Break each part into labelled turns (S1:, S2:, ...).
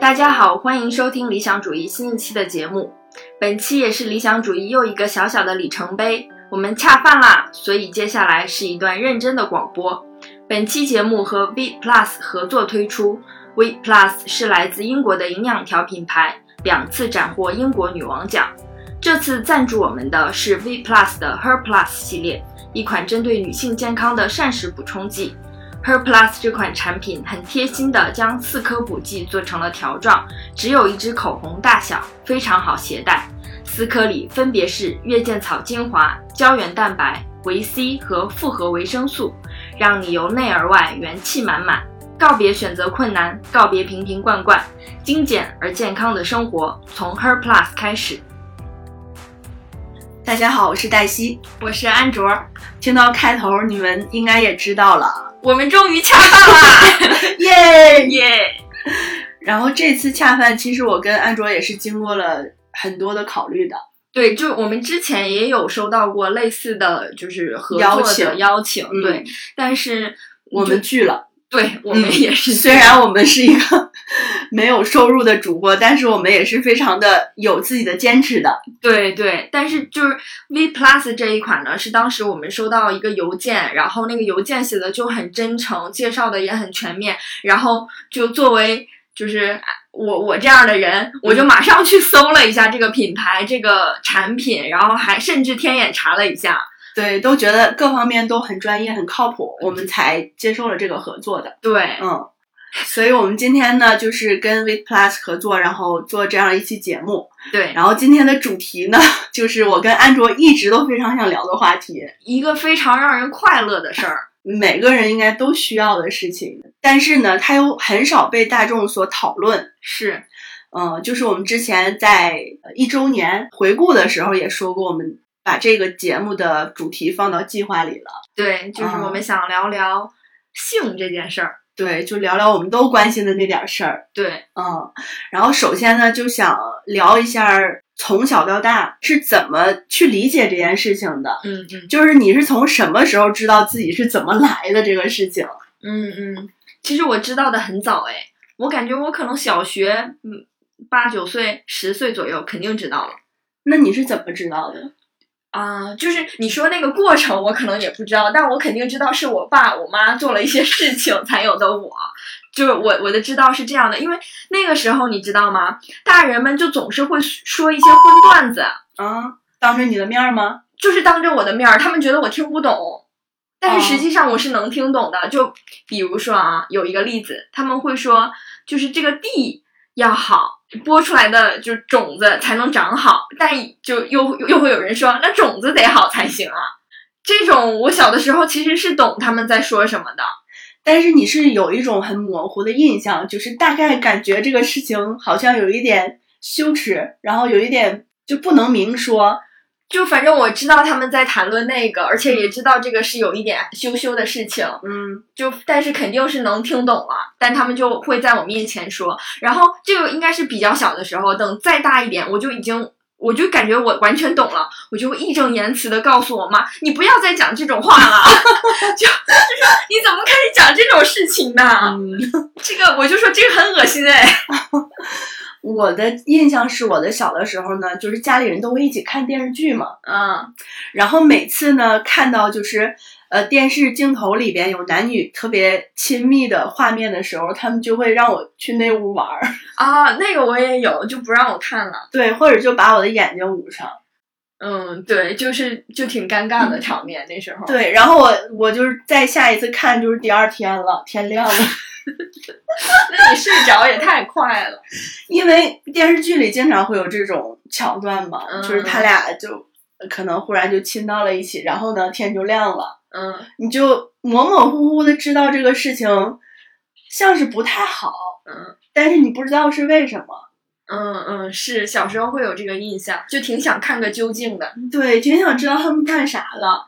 S1: 大家好，欢迎收听理想主义新一期的节目。本期也是理想主义又一个小小的里程碑，我们恰饭啦！所以接下来是一段认真的广播。本期节目和 V Plus 合作推出，V Plus 是来自英国的营养调品牌，两次斩获英国女王奖。这次赞助我们的是 V Plus 的 Her Plus 系列，一款针对女性健康的膳食补充剂。Her Plus 这款产品很贴心的将四颗补剂做成了条状，只有一支口红大小，非常好携带。四颗里分别是月见草精华、胶原蛋白、维 C 和复合维生素，让你由内而外元气满满。告别选择困难，告别瓶瓶罐罐，精简而健康的生活从 Her Plus 开始。
S2: 大家好，我是黛西。
S1: 我是安卓，
S2: 听到开头，你们应该也知道了，
S1: 我们终于恰到啦！
S2: 耶！
S1: 耶！
S2: 然后这次恰饭，其实我跟安卓也是经过了很多的考虑的。
S1: 对，就我们之前也有收到过类似的就是合
S2: 邀
S1: 作的
S2: 请
S1: 邀请，对，
S2: 嗯，
S1: 但是
S2: 我
S1: 就
S2: 们拒 了。
S1: 对我们
S2: 嗯
S1: 也是，
S2: 虽然我们是一个 没有收入的主播，但是我们也是非常的有自己的坚持的。
S1: 对对，但是就是 V Plus 这一款呢，是当时我们收到一个邮件，然后那个邮件写的就很真诚，介绍的也很全面，然后就作为就是我我这样的人，我
S2: 嗯
S1: 就马上去搜了一下这个品牌、这个产品，然后还甚至天眼查了一下，
S2: 对，都觉得各方面都很专业、很靠谱，我们才接受了这个合作的。
S1: 对，
S2: 嗯，所以我们今天呢，就是跟 With Plus 合作，然后做这样一期节目。
S1: 对，
S2: 然后今天的主题呢，就是我跟安卓一直都非常想聊的话题，
S1: 一个非常让人快乐的事儿，
S2: 每个人应该都需要的事情。但是呢，它又很少被大众所讨论。
S1: 是
S2: 嗯，就是我们之前在呃一周年回顾的时候也说过，我们把这个节目的主题放到计划里了。
S1: 对，就是我们想聊聊性这件事儿。
S2: 对，就聊聊我们都关心的那点儿事儿。
S1: 对，
S2: 嗯，然后首先呢，就想聊一下儿从小到大是怎么去理解这件事情的。
S1: 嗯嗯
S2: 就是你是从什么时候知道自己是怎么来的这个事情？
S1: 嗯嗯，其实我知道的很早哎，我感觉我可能小学嗯八九岁、十岁左右肯定知道了。
S2: 那你是怎么知道的？
S1: 啊、就是你说那个过程，我可能也不知道，但我肯定知道是我爸我妈做了一些事情才有的我。就是我我的知道是这样的，因为那个时候你知道吗？大人们就总是会说一些荤段子，
S2: 啊，当着你的面儿吗？
S1: 就是当着我的面儿，他们觉得我听不懂，但是实际上我是能听懂的。就比如说啊，有一个例子，他们会说，就是这个地要好，播出来的就是种子才能长好，但就又又会有人说，那种子得好才行啊。这种我小的时候其实是懂他们在说什么的，
S2: 但是你是有一种很模糊的印象，就是大概感觉这个事情好像有一点羞耻，然后有一点就不能明说。
S1: 就反正我知道他们在谈论那个，而且也知道这个是有一点羞羞的事情，
S2: 嗯，
S1: 就但是肯定是能听懂了，但他们就会在我面前说。然后这个应该是比较小的时候，等再大一点，我就已经。我就感觉我完全懂了，我就会义正言辞的告诉我妈：“你不要再讲这种话了， 就就是你怎么开始讲这种事情呢？
S2: 嗯
S1: 这个我就说这个很恶心哎。
S2: 我的印象是我的小的时候呢，就是家里人都会一起看电视剧嘛，”
S1: 嗯
S2: 然后每次呢，看到就是呃电视镜头里边有男女特别亲密的画面的时候，他们就会让我去那屋玩儿，
S1: 啊，那个我也有，就不让我看了。
S2: 对，或者就把我的眼睛捂上，
S1: 嗯，对，就是就挺尴尬的场面，那时候。
S2: 对，然后我我就是再下一次看就是第二天了，天亮了，
S1: 那你睡着也太快了。
S2: 因为电视剧里经常会有这种桥段嘛，
S1: 嗯
S2: 就是他俩就可能忽然就亲到了一起，然后呢天就亮了，
S1: 嗯
S2: 你就模模糊糊的知道这个事情像是不太好，
S1: 嗯，
S2: 但是你不知道是为什么。
S1: 嗯嗯，是小时候会有这个印象，就挺想看个究竟的。
S2: 对，挺想知道他们干啥了。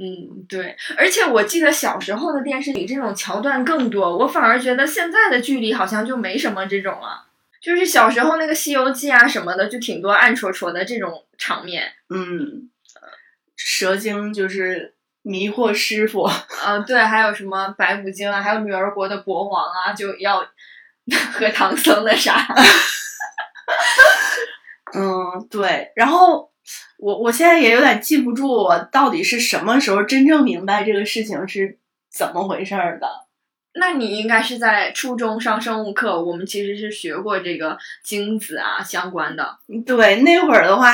S1: 嗯，对。而且我记得小时候的电视里这种桥段更多，我反而觉得现在的剧里好像就没什么这种了。就是小时候那个《西游记》啊什么的，就挺多暗戳戳的这种场面。
S2: 嗯，蛇精就是迷惑师傅。
S1: 呃啊，对，还有什么白骨精啊，还有女儿国的国王啊，就要 和唐僧的啥？
S2: 嗯，对。然后我我现在也有点记不住我到底是什么时候真正明白这个事情是怎么回事儿的。
S1: 那你应该是在初中上生物课，我们其实是学过这个精子啊相关的。
S2: 对，那会儿的话，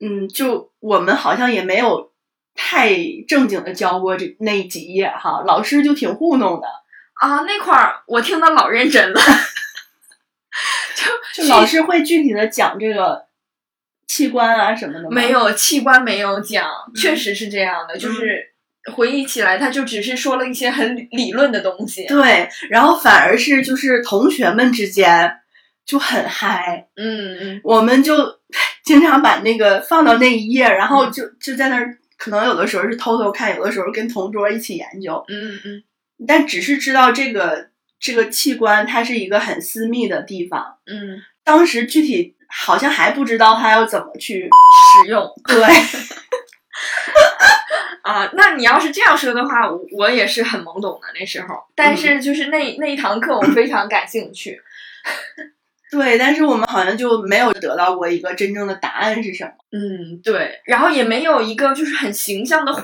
S2: 嗯，就我们好像也没有太正经的教过这那几页哈，老师就挺糊弄的，
S1: 啊，那块儿我听得老认真了，就
S2: 就老师会具体的讲这个器官啊什么的 吗
S1: 没，有器官没有讲，确实是这样的，就是回忆起来，他就只是说了一些很理理论的东西，
S2: 对，然后反而是就是同学们之间就很嗨，
S1: 嗯嗯，
S2: 我们就 经常把那个放到那一页，然后就就在那儿。可能有的时候是偷偷看，有的时候跟同桌一起研究，
S1: 嗯嗯
S2: 但只是知道这个这个器官它是一个很私密的地方。
S1: 嗯，
S2: 当时具体好像还不知道它要怎么去
S1: 实用
S2: 对，
S1: 啊。那你要是这样说的话，我我也是很懵懂的那时候，但是就是那那一堂课我非常感兴趣，
S2: 对，但是我们好像就没有得到过一个真正的答案是什么。
S1: 嗯对，然后也没有一个就是很形象的画。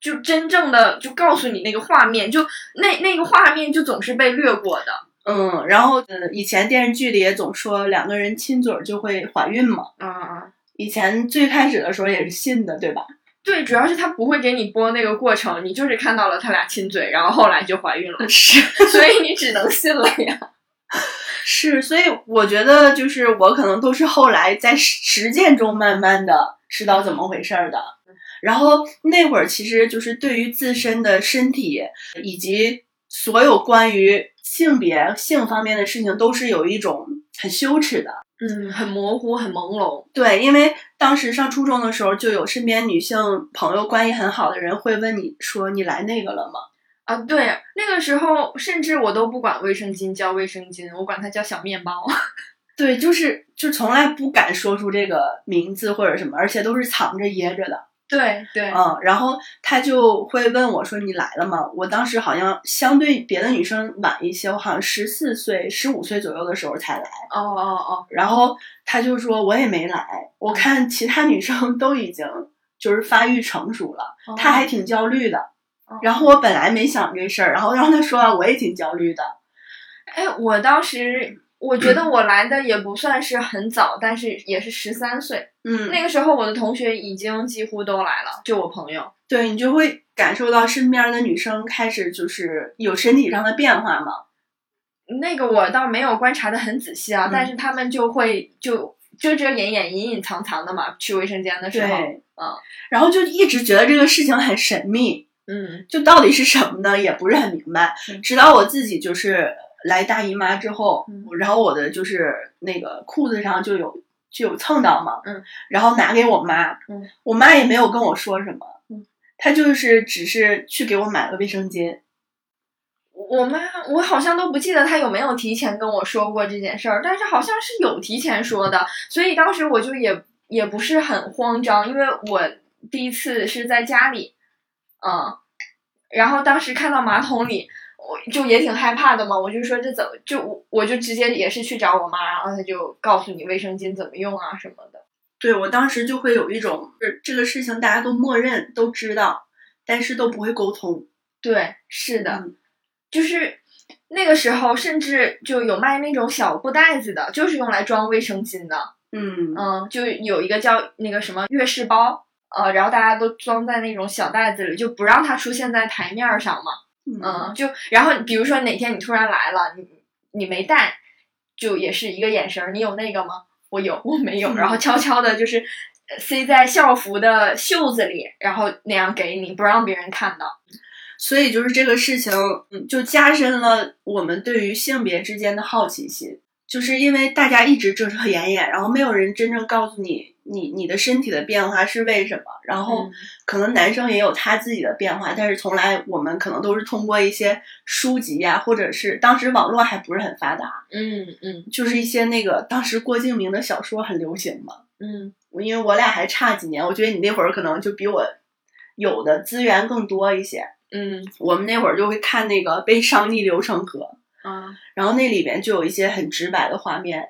S1: 就真正的就告诉你那个画面，就那那个画面就总是被略过的。
S2: 嗯，然后呃，以前电视剧里也总说两个人亲嘴儿就会怀孕嘛。
S1: 啊啊！
S2: 以前最开始的时候也是信的，对吧？
S1: 对，主要是他不会给你播那个过程，你就是看到了他俩亲嘴，然后后来就怀孕了，
S2: 是
S1: 所以你只能信了呀。
S2: 是，所以我觉得就是我可能都是后来在实实践中慢慢的知道怎么回事儿的。然后那会儿其实就是对于自身的身体以及所有关于性别性方面的事情，都是有一种很羞耻的。
S1: 嗯，很模糊，很朦胧。
S2: 对，因为当时上初中的时候，就有身边女性朋友关系很好的人会问你说：“你来那个了吗
S1: 啊，对，那个时候甚至我都不管卫生巾叫卫生巾，我管它叫小面包。？”
S2: 对，就是就从来不敢说出这个名字或者什么，而且都是藏着掖着的。
S1: 对对，
S2: 嗯，然后他就会问我说：“你来了吗？”我当时好像相对别的女生晚一些，我好像十四岁、十五岁左右的时候才来。
S1: 哦哦哦，
S2: 然后他就说：“我也没来，我看其他女生都已经就是发育成熟了，
S1: 哦
S2: 他还挺焦虑的。”
S1: 哦
S2: 然后我本来没想这事儿，然后让他说完我也挺焦虑的。
S1: 哎，我当时我觉得我来的也不算是很早，但是也是十三岁。
S2: 嗯，
S1: 那个时候我的同学已经几乎都来了，就我朋友。
S2: 对你就会感受到身边的女生开始就是有身体上的变化嘛。
S1: 那个我倒没有观察的很仔细啊，
S2: 嗯
S1: 但是他们就会就遮遮掩掩、隐隐藏藏的嘛，去卫生间的时候，
S2: 对，
S1: 嗯，
S2: 然后就一直觉得这个事情很神秘。
S1: 嗯
S2: 就到底是什么呢，也不是很明白
S1: 嗯。
S2: 直到我自己就是来大姨妈之后，
S1: 嗯
S2: 然后我的就是那个裤子上就有就有蹭到嘛，
S1: 嗯，
S2: 然后拿给我妈，
S1: 嗯，
S2: 我妈也没有跟我说什么，
S1: 嗯，
S2: 她就是只是去给我买了卫生巾，
S1: 我妈我好像都不记得她有没有提前跟我说过这件事儿，但是好像是有提前说的，所以当时我就也也不是很慌张，因为我第一次是在家里，嗯，然后当时看到马桶里。我就也挺害怕的嘛，我就说这怎么就我我就直接也是去找我妈，然后她就告诉你卫生巾怎么用啊什么的。
S2: 对我当时就会有一种是这个事情大家都默认都知道，但是都不会沟通，
S1: 对，是的，
S2: 嗯
S1: 就是那个时候，甚至就有卖那种小布袋子的，就是用来装卫生巾的。
S2: 嗯
S1: 嗯，就有一个叫那个什么月事包，呃，然后大家都装在那种小袋子里，就不让它出现在台面儿上嘛。嗯，就然后比如说哪天你突然来了，你你没带，就也是一个眼神儿，你有那个吗？我有，我没有，
S2: 嗯
S1: 然后悄悄的就是呃塞在校服的袖子里，然后那样给你，不让别人看到。
S2: 所以就是这个事情，嗯，就加深了我们对于性别之间的好奇心，就是因为大家一直遮遮掩掩，然后没有人真正告诉你你你的身体的变化是为什么，然后
S1: 嗯
S2: 可能男生也有他自己的变化，但是从来我们可能都是通过一些书籍呀、或者是当时网络还不是很发达，
S1: 嗯嗯。
S2: 就是一些那个当时郭敬明的小说很流行嘛，
S1: 嗯
S2: 我因为我俩还差几年，我觉得你那会儿可能就比我有的资源更多一些。
S1: 嗯
S2: 我们那会儿就会看那个《悲伤逆流成河》，
S1: 嗯，
S2: 然后那里边就有一些很直白的画面，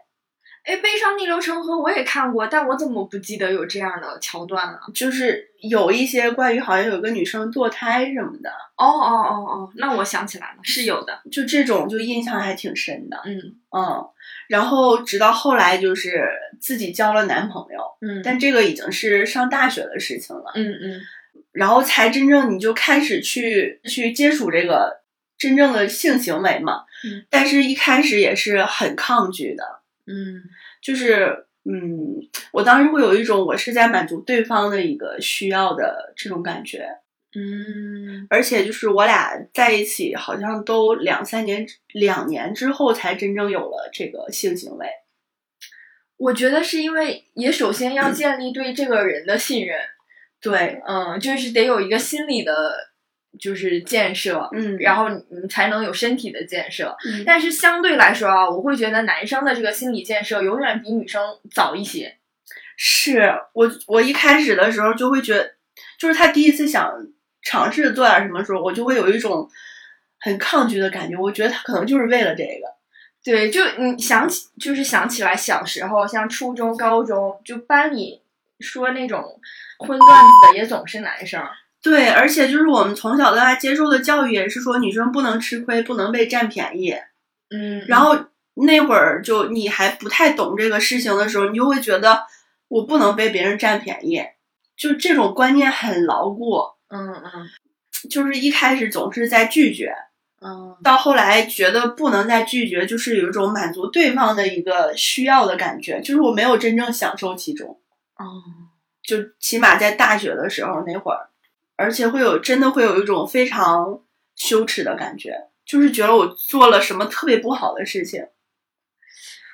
S1: 哎，《悲伤逆流成河》我也看过，但我怎么不记得有这样的桥段啊了？
S2: 就是有一些关于好像有个女生堕胎什么的，
S1: 哦哦哦哦，那我想起来了，是有的。
S2: 就这种就印象还挺深的。
S1: 嗯
S2: 嗯，然后直到后来就是自己交了男朋友，
S1: 嗯
S2: 但这个已经是上大学的事情了，
S1: 嗯嗯
S2: 然后才真正你就开始去去接触这个真正的性行为嘛。
S1: 嗯
S2: 但是一开始也是很抗拒的，
S1: 嗯
S2: 就是嗯，我当时会有一种我是在满足对方的一个需要的这种感觉。
S1: 嗯
S2: 而且就是我俩在一起，好像都两三年、两年之后才真正有了这个性行为。
S1: 我觉得是因为也首先要建立对这个人的信任，
S2: 对，
S1: 嗯，就是得有一个心理的，就是建设，
S2: 嗯
S1: 然
S2: 然后，
S1: 后你你才能有身体的建设。
S2: 嗯
S1: 但是相对来说啊，我会觉得男生的这个心理建设永远比女生早一些。
S2: 是我我一开始的时候就会觉得，就是他第一次想尝试做点什么时候，我就会有一种很抗拒的感觉。我觉得他可能就是为了这个。
S1: 对，就你想起，就是想起来小时候，像初中、高中，就班里说那种荤段子的也总是男生。
S2: 对，而且就是我们从小到大接受的教育也是说，女生不能吃亏，不能被占便宜。
S1: 嗯
S2: 然后那会儿就你还不太懂这个事情的时候，你就会觉得我不能被别人占便宜，就这种观念很牢固。
S1: 嗯嗯
S2: 就是一开始总是在拒绝，
S1: 嗯
S2: 到后来觉得不能再拒绝，就是有一种满足对方的一个需要的感觉，就是我没有真正享受其中。
S1: 哦，
S2: 就起码在大学的时候那会儿，而且会有真的会有一种非常羞耻的感觉，就是觉得我做了什么特别不好的事情。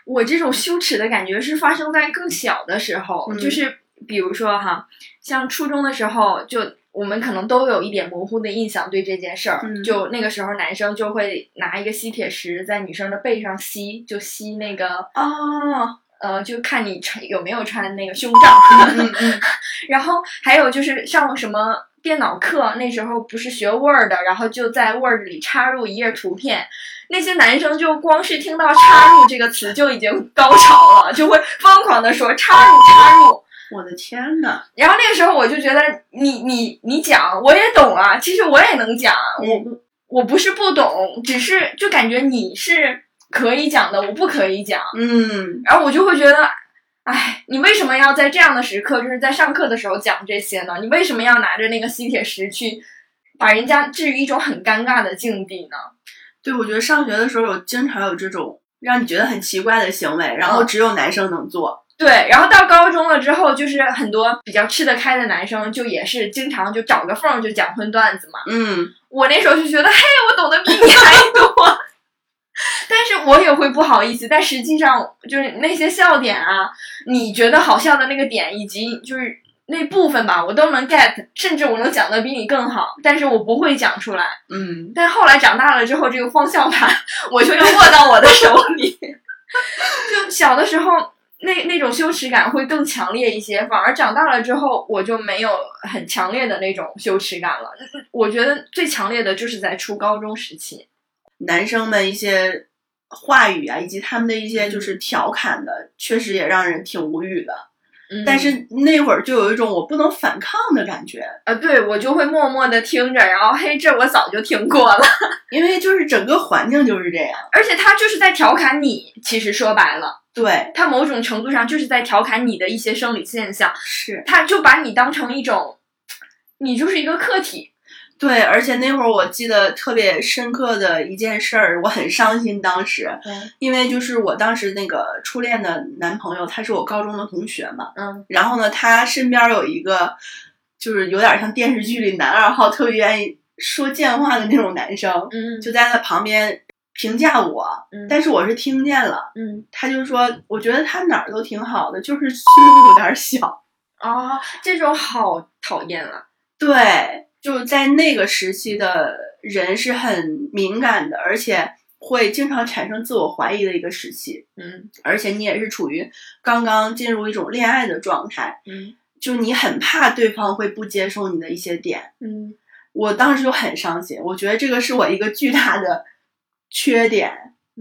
S1: 我这种羞耻的感觉是发生在更小的时候，
S2: 嗯
S1: 就是比如说哈，像初中的时候，就我们可能都有一点模糊的印象对这件事儿，
S2: 嗯
S1: 就那个时候男生就会拿一个吸铁石在女生的背上吸，就吸那个
S2: 啊，
S1: 呃，就看你穿有没有穿那个胸罩，
S2: 嗯嗯
S1: 然后还有就是上什么电脑课，那时候不是学 Word，的然后就在 Word 里插入一页图片。那些男生就光是听到“插入”这个词就已经高潮了，就会疯狂的说“插入，插入
S2: 我的天呐，”。
S1: 然后那个时候我就觉得你你你讲我也懂啊，其实我也能讲，我我不是不懂，只是就感觉你是可以讲的，我不可以讲。
S2: 嗯，
S1: 然后我就会觉得，哎，你为什么要在这样的时刻，就是在上课的时候讲这些呢？你为什么要拿着那个吸铁石去把人家置于一种很尴尬的境地呢？
S2: 对，我觉得上学的时候有经常有这种让你觉得很奇怪的行为，然后
S1: 嗯
S2: 只有男生能做。
S1: 对，然后到高中了之后，就是很多比较吃得开的男生，就也是经常就找个缝儿就讲荤段子嘛。
S2: 嗯，
S1: 我那时候就觉得，嘿，我懂得比你还多。但是我也会不好意思，但实际上就是那些笑点啊，你觉得好笑的那个点，以及就是那部分吧，我都能 get，甚至我能讲的比你更好，但是我不会讲出来。
S2: 嗯，
S1: 但后来长大了之后，这个方向盘我就又握到我的手里。就小的时候，那那种羞耻感会更强烈一些，反而长大了之后，我就没有很强烈的那种羞耻感了。嗯我觉得最强烈的就是在初高中时期。
S2: 男生们一些话语啊，以及他们的一些就是调侃的，确实也让人挺无语的。
S1: 嗯
S2: 但是那会儿就有一种我不能反抗的感觉，
S1: 啊，对我就会默默的听着，然后嘿，这我早就听过了。
S2: 因为就是整个环境就是这样。
S1: 而且他就是在调侃你，其实说白了，
S2: 对，
S1: 他某种程度上就是在调侃你的一些生理现象，
S2: 是
S1: 他就把你当成一种，你就是一个客体，
S2: 对，而且那会儿我记得特别深刻的一件事儿，我很伤心当时，
S1: 嗯
S2: 因为就是我当时那个初恋的男朋友，他是我高中的同学嘛，
S1: 嗯
S2: 然后呢，他身边有一个就是有点像电视剧里男二号，特别愿意说贱话的那种男生，
S1: 嗯
S2: 就在他旁边评价我，
S1: 嗯
S2: 但是我是听见了，
S1: 嗯
S2: 他就说，我觉得他哪儿都挺好的，就是胸部有点小。
S1: 啊、这种好讨厌啊！
S2: 对，就在那个时期的人是很敏感的，而且会经常产生自我怀疑的一个时期，
S1: 嗯
S2: 而且你也是处于刚刚进入一种恋爱的状态。
S1: 嗯
S2: 就你很怕对方会不接受你的一些点。
S1: 嗯
S2: 我当时就很伤心，我觉得这个是我一个巨大的缺点，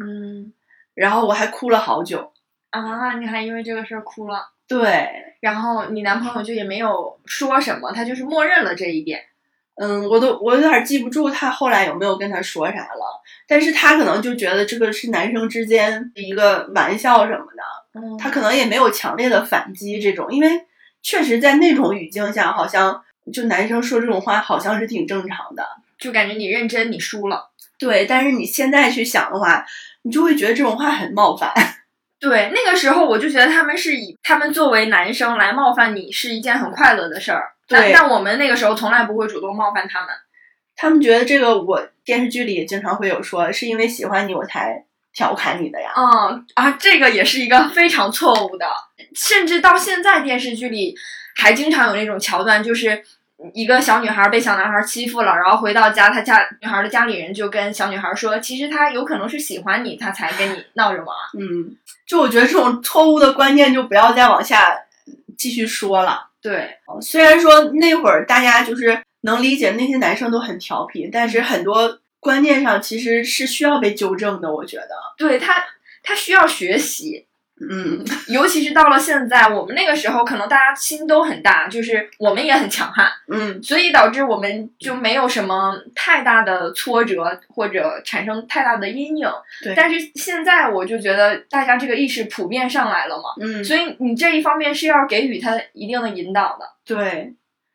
S1: 嗯
S2: 然后我还哭了好久。
S1: 啊，你还因为这个事儿哭了，
S2: 对，
S1: 然后你男朋友就也没有说什么，他就是默认了这一点。
S2: 嗯，我都我有点记不住他后来有没有跟他说啥了，但是他可能就觉得这个是男生之间一个玩笑什么的，
S1: 嗯，
S2: 他可能也没有强烈的反击这种，因为确实在那种语境下，好像就男生说这种话好像是挺正常的。
S1: 就感觉你认真，你输了。
S2: 对，但是你现在去想的话，你就会觉得这种话很冒犯。
S1: 对，那个时候我就觉得他们是以他们作为男生来冒犯你是一件很快乐的事儿，但
S2: 对
S1: 但我们那个时候从来不会主动冒犯他们。
S2: 他们觉得这个，我电视剧里也经常会有说，是因为喜欢你我才调侃你的呀。
S1: 嗯啊，这个也是一个非常错误的，甚至到现在电视剧里还经常有那种桥段，就是一个小女孩被小男孩欺负了，然后回到家，她家女孩的家里人就跟小女孩说，其实他有可能是喜欢你，他才跟你闹着玩。
S2: 嗯，就我觉得这种错误的观念就不要再往下继续说了。哦
S1: 对，
S2: 虽然说那会儿大家就是能理解那些男生都很调皮，但是很多观念上其实是需要被纠正的。我觉得，
S1: 对他，他需要学习，
S2: 嗯，
S1: 尤其是到了现在，我们那个时候可能大家心都很大，就是我们也很强悍，
S2: 嗯，
S1: 所以导致我们就没有什么太大的挫折或者产生太大的阴影。
S2: 对
S1: 但是现在我就觉得大家这个意识普遍上来了嘛，
S2: 嗯，
S1: 所以你这一方面是要给予他一定的引导的，
S2: 对，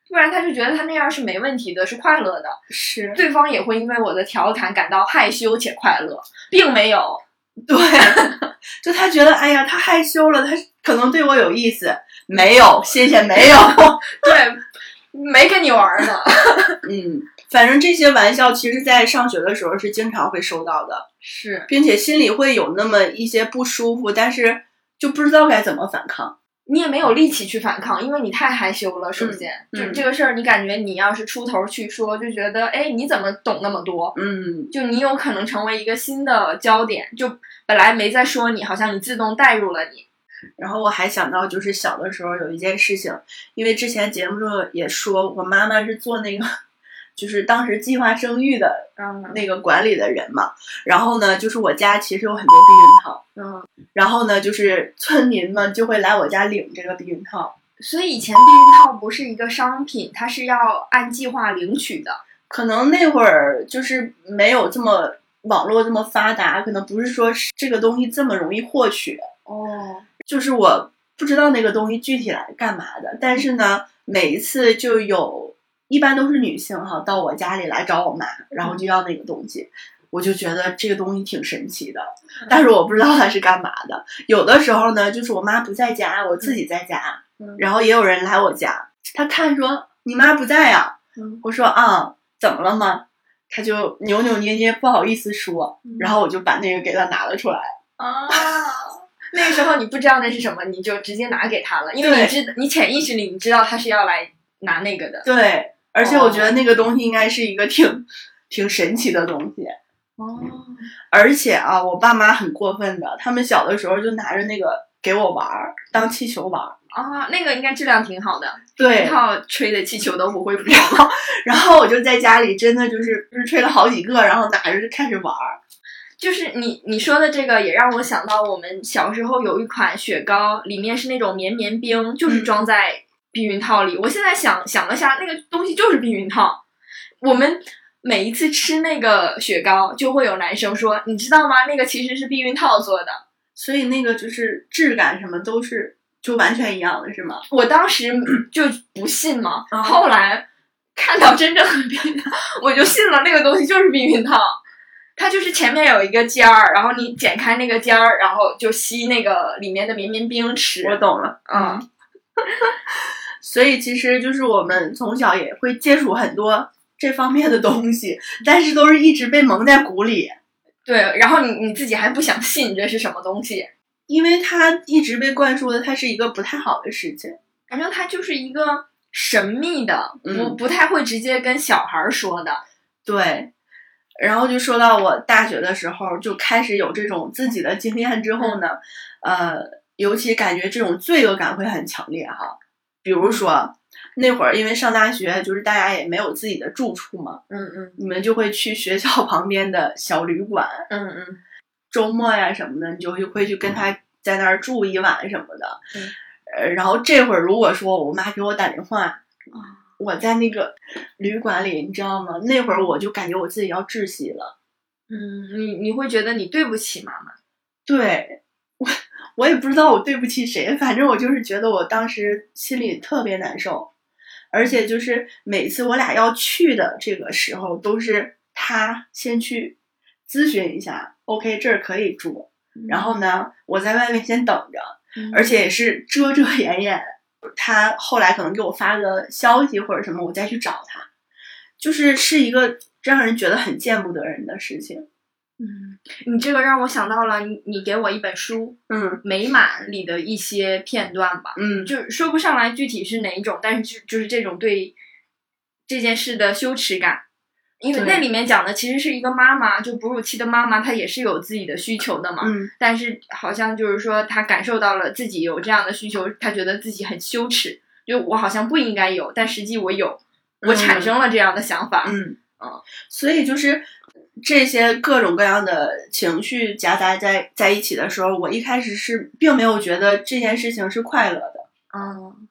S1: 不然他就觉得他那样是没问题的，是快乐的，
S2: 是，
S1: 对方也会因为我的调侃感到害羞且快乐，并没有。
S2: 对， 就他觉得，哎呀，他害羞了，他可能对我有意思，没有，谢谢，没有，
S1: 对，没跟你玩儿呢。
S2: 嗯，反正这些玩笑，其实在上学的时候是经常会收到的，
S1: 是，
S2: 并且心里会有那么一些不舒服，但是就不知道该怎么反抗。
S1: 你也没有力气去反抗，因为你太害羞了。首先，
S2: 嗯
S1: 就
S2: 嗯
S1: 这个事儿，你感觉你要是出头去说，就觉得哎，你怎么懂那么多？
S2: 嗯，
S1: 就你有可能成为一个新的焦点，就本来没在说你，好像你自动带入了你。
S2: 然后我还想到，就是小的时候有一件事情，因为之前节目中也说，我妈妈是做那个，就是当时计划生育的
S1: 嗯
S2: 那个管理的人嘛。然后呢，就是我家其实有很多避孕套，
S1: 嗯，
S2: 然后呢，就是村民们就会来我家领这个避孕套。
S1: 所以以前避孕套不是一个商品，它是要按计划领取的。
S2: 可能那会儿就是没有这么网络这么发达，可能不是说是这个东西这么容易获取。
S1: 哦，
S2: 就是我不知道那个东西具体来干嘛的，但是呢，每一次就有，一般都是女性哈到我家里来找我妈，然后就要那个东西。我就觉得这个东西挺神奇的，但是我不知道它是干嘛的。有的时候呢，就是我妈不在家，我自己在家，
S1: 嗯
S2: 然后也有人来我家，她看说你妈不在啊，
S1: 嗯，
S2: 我说啊，怎么了吗？她就扭扭捏捏不好意思说，然后我就把那个给她拿了出来。
S1: 啊。 那个时候你不知道那是什么，你就直接拿给他了，因为你
S2: 对
S1: 知你潜意识里你知道他是要来拿那个的。
S2: 对，而且我觉
S1: 哦
S2: 得那个东西应该是一个挺挺神奇的东西。
S1: 哦，
S2: 而且啊，我爸妈很过分的，他们小的时候就拿着那个给我玩儿，当气球玩儿。
S1: 啊，那个应该质量挺好的，一
S2: 对，
S1: 套吹的气球都不会跑。
S2: 然后我就在家里真的就是就是吹了好几个，然后拿着就开始玩儿。
S1: 就是你你说的这个，也让我想到我们小时候有一款雪糕，里面是那种绵绵冰，就是装在避孕套里。我现在想想了下，那个东西就是避孕套。我们每一次吃那个雪糕，就会有男生说：“你知道吗？那个其实是避孕套做的。”
S2: 所以那个就是质感什么都是就完全一样的，是吗？
S1: 我当 时就不信嘛，
S2: 啊
S1: 后来看到真正的避孕套， 我就信了，那个东西就是避孕套。它就是前面有一个尖儿，然后你剪开那个尖儿，然后就吸那个里面的绵绵冰吃。
S2: 我懂了，
S1: 嗯。
S2: 所以其实就是我们从小也会接触很多这方面的东西，但是都是一直被蒙在鼓里。
S1: 对，然后你你自己还不想信这是什么东西，
S2: 因为它一直被灌输的，它是一个不太好的事情。
S1: 反正它就是一个神秘的，不、
S2: 嗯
S1: 不太会直接跟小孩儿说的。
S2: 对，然后就说到我大学的时候，就开始有这种自己的经验之后呢，呃，尤其感觉这种罪恶感会很强烈哈。比如说那会儿，因为上大学，就是大家也没有自己的住处嘛，
S1: 嗯嗯
S2: 你们就会去学校旁边的小旅馆。
S1: 嗯嗯，
S2: 周末呀、什么的，你就会去跟他在那儿住一晚什么的。
S1: 嗯
S2: 呃，然后这会儿如果说我妈给我打电话
S1: 啊，
S2: 我在那个旅馆里，你知道吗？那会儿我就感觉我自己要窒息了。
S1: 嗯，你你会觉得你对不起妈妈，
S2: 对我，我也不知道我对不起谁，反正我就是觉得我当时心里特别难受，而且就是每次我俩要去的这个时候，都是他先去咨询一下，OK 这儿可以住，然后呢，我在外面先等着。
S1: 嗯，
S2: 而且也是遮遮掩掩。他后来可能给我发个消息或者什么，我再去找他，就是是一个让人觉得很见不得人的事情。
S1: 嗯，你这个让我想到了你你给我一本书《
S2: 嗯
S1: 美满》里的一些片段吧，
S2: 嗯，
S1: 就是说不上来具体是哪一种，但是就就是这种对这件事的羞耻感。因为
S2: 对
S1: 那里面讲的其实是一个妈妈，就哺乳期的妈妈，她也是有自己的需求的嘛。
S2: 嗯
S1: 但是好像就是说，她感受到了自己有这样的需求，她觉得自己很羞耻，就我好像不应该有，但实际我有，我产生了这样的想法。
S2: 嗯
S1: 嗯
S2: 所以就是这些各种各样的情绪夹杂在在一起的时候，我一开始是并没有觉得这件事情是快乐的，
S1: 嗯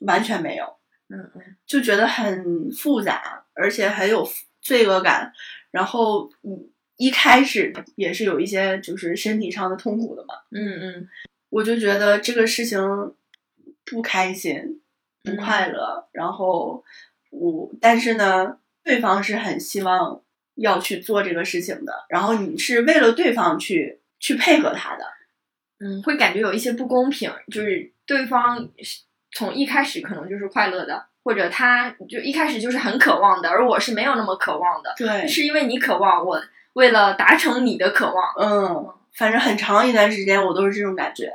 S2: 完全没有，
S1: 嗯嗯
S2: 就觉得很复杂，而且很有罪恶感。然后嗯，一开始也是有一些就是身体上的痛苦的嘛。
S1: 嗯
S2: 我就觉得这个事情不开心、不
S1: 嗯
S2: 快乐，然后我，但是呢，对方是很希望要去做这个事情的，然后你是为了对方去去配合他的，
S1: 嗯，会感觉有一些不公平，就是对方是从一开始可能就是快乐的，或者他就一开始就是很渴望的，而我是没有那么渴望的，
S2: 对
S1: 是因为你渴望，我为了达成你的渴望。
S2: 嗯，反正很长一段时间我都是这种感觉，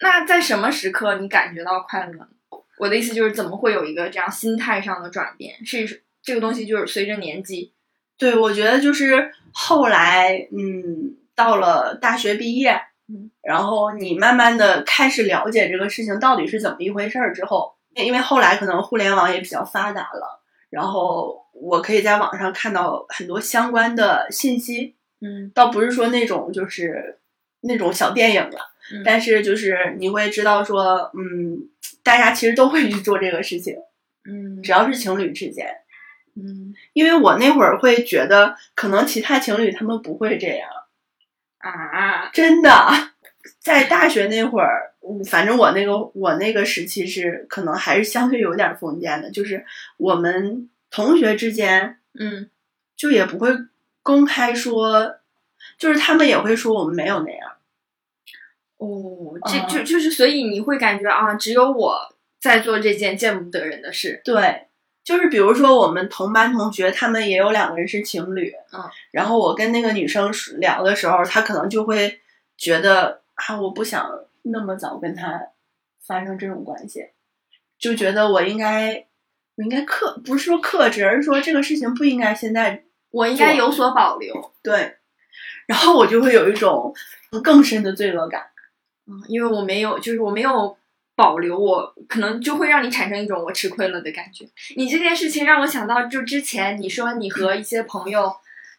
S1: 那在什么时刻你感觉到快乐呢？我的意思就是，怎么会有一个这样心态上的转变？是这个东西就是随着年纪，
S2: 对我觉得就是后来，嗯，到了大学毕业
S1: 嗯，
S2: 然后你慢慢的开始了解这个事情到底是怎么一回事儿之后，因为后来可能互联网也比较发达了，然后我可以在网上看到很多相关的信息，
S1: 嗯
S2: 倒不是说那种就是那种小电影了，
S1: 嗯
S2: 但是就是你会知道说，嗯，大家其实都会去做这个事情，
S1: 嗯
S2: 只要是情侣之间。
S1: 嗯
S2: 因为我那会儿会觉得，可能其他情侣他们不会这样，
S1: 啊，
S2: 真的。在大学那会儿，嗯反正我那个我那个时期是可能还是相对有点封建的，就是我们同学之间
S1: 嗯
S2: 就也不会公开说，就是他们也会说我们没有那样。
S1: 哦，这
S2: 啊
S1: 就就是，所以你会感觉啊，只有我在做这件见不得人的事，
S2: 对，就是比如说我们同班同学，他们也有两个人是情侣，
S1: 嗯，
S2: 然后我跟那个女生说聊的时候，她可能就会觉得啊，我不想那么早跟他发生这种关系，就觉得我应该，我应该克，不是说克制，而是说这个事情不应该现在
S1: 我应该
S2: 做
S1: 有所保留，
S2: 对，然后我就会有一种更深的罪恶感。
S1: 嗯，因为我没有，就是我没有保留我，可能就会让你产生一种我吃亏了的感觉。你这件事情让我想到，就之前你说你和一些朋友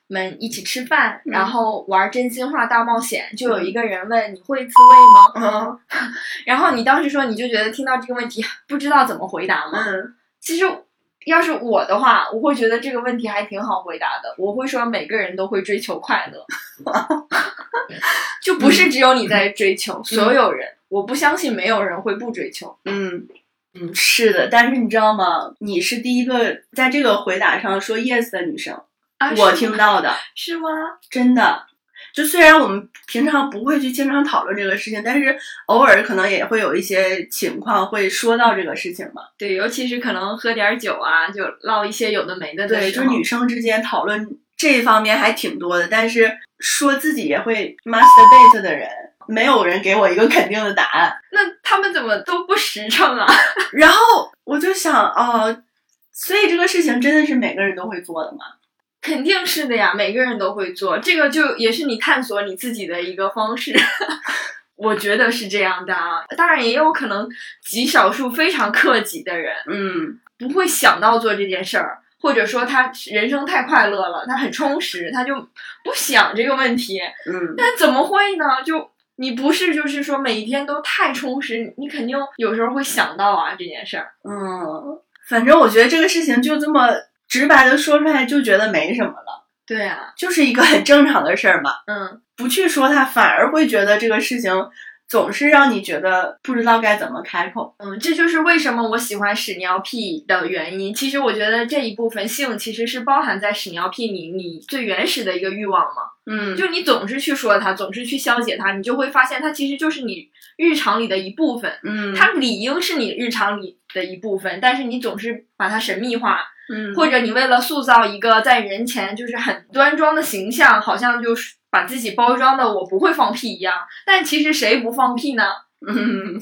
S1: 们一起吃饭，
S2: 嗯
S1: 然后玩真心话大冒险，就有一个人问你会自慰吗？
S2: 嗯
S1: 然后你当时说你就觉得听到这个问题不知道怎么回答吗？
S2: 嗯
S1: 其实要是我的话，我会觉得这个问题还挺好回答的。我会说每个人都会追求快 乐，就不是只有你在追求，所有人。我不相信没有人会不追求。
S2: 嗯，嗯，是的，但是你知道吗？你是第一个在这个回答上说 yes 的女生，
S1: 啊
S2: 我听到的，
S1: 是吗？
S2: 真的。就虽然我们平常不会去经常讨论这个事情，但是偶尔可能也会有一些情况会说到这个事情嘛。
S1: 对，尤其是可能喝点儿酒啊，就唠一些有的没的的
S2: 对，
S1: 时
S2: 就
S1: 候
S2: 是女生之间讨论这方面还挺多的，但是说自己也会 masturbate 的人，没有人给我一个肯定的答案。
S1: 那他们怎么都不实诚啊？
S2: 然后我就想，哦，所以这个事情真的是每个人都会做的嘛？
S1: 肯定是的呀，每个人都会做，这个就也是你探索你自己的一个方式。 我觉得是这样的啊，当然也有可能极少数非常克己的人
S2: 嗯，
S1: 不会想到做这件事儿，或者说他人生太快乐了，他很充实，他就不想这个问题。
S2: 嗯，
S1: 但怎么会呢？就你不是就是说每一天都太充实，你肯定有时候会想到啊这件事儿。
S2: 嗯，反正我觉得这个事情就这么直白的说出来，就觉得没什么了，
S1: 对啊，
S2: 就是一个很正常的事儿嘛。
S1: 嗯，
S2: 不去说它，反而会觉得这个事情总是让你觉得不知道该怎么开口。
S1: 嗯，这就是为什么我喜欢屎尿屁的原因。其实我觉得这一部分性其实是包含在屎尿屁里，你最原始的一个欲望嘛。
S2: 嗯就
S1: 就你总是去说它，总是去消解它，你就会发现它其实就是你日常里的一部分。
S2: 嗯
S1: 它理应是你日常里的一部分，但是你总是把它神秘化，
S2: 嗯
S1: 或者你为了塑造一个在人前就是很端庄的形象，好像就是把自己包装的我不会放屁一样。但其实谁不放屁呢？
S2: 嗯，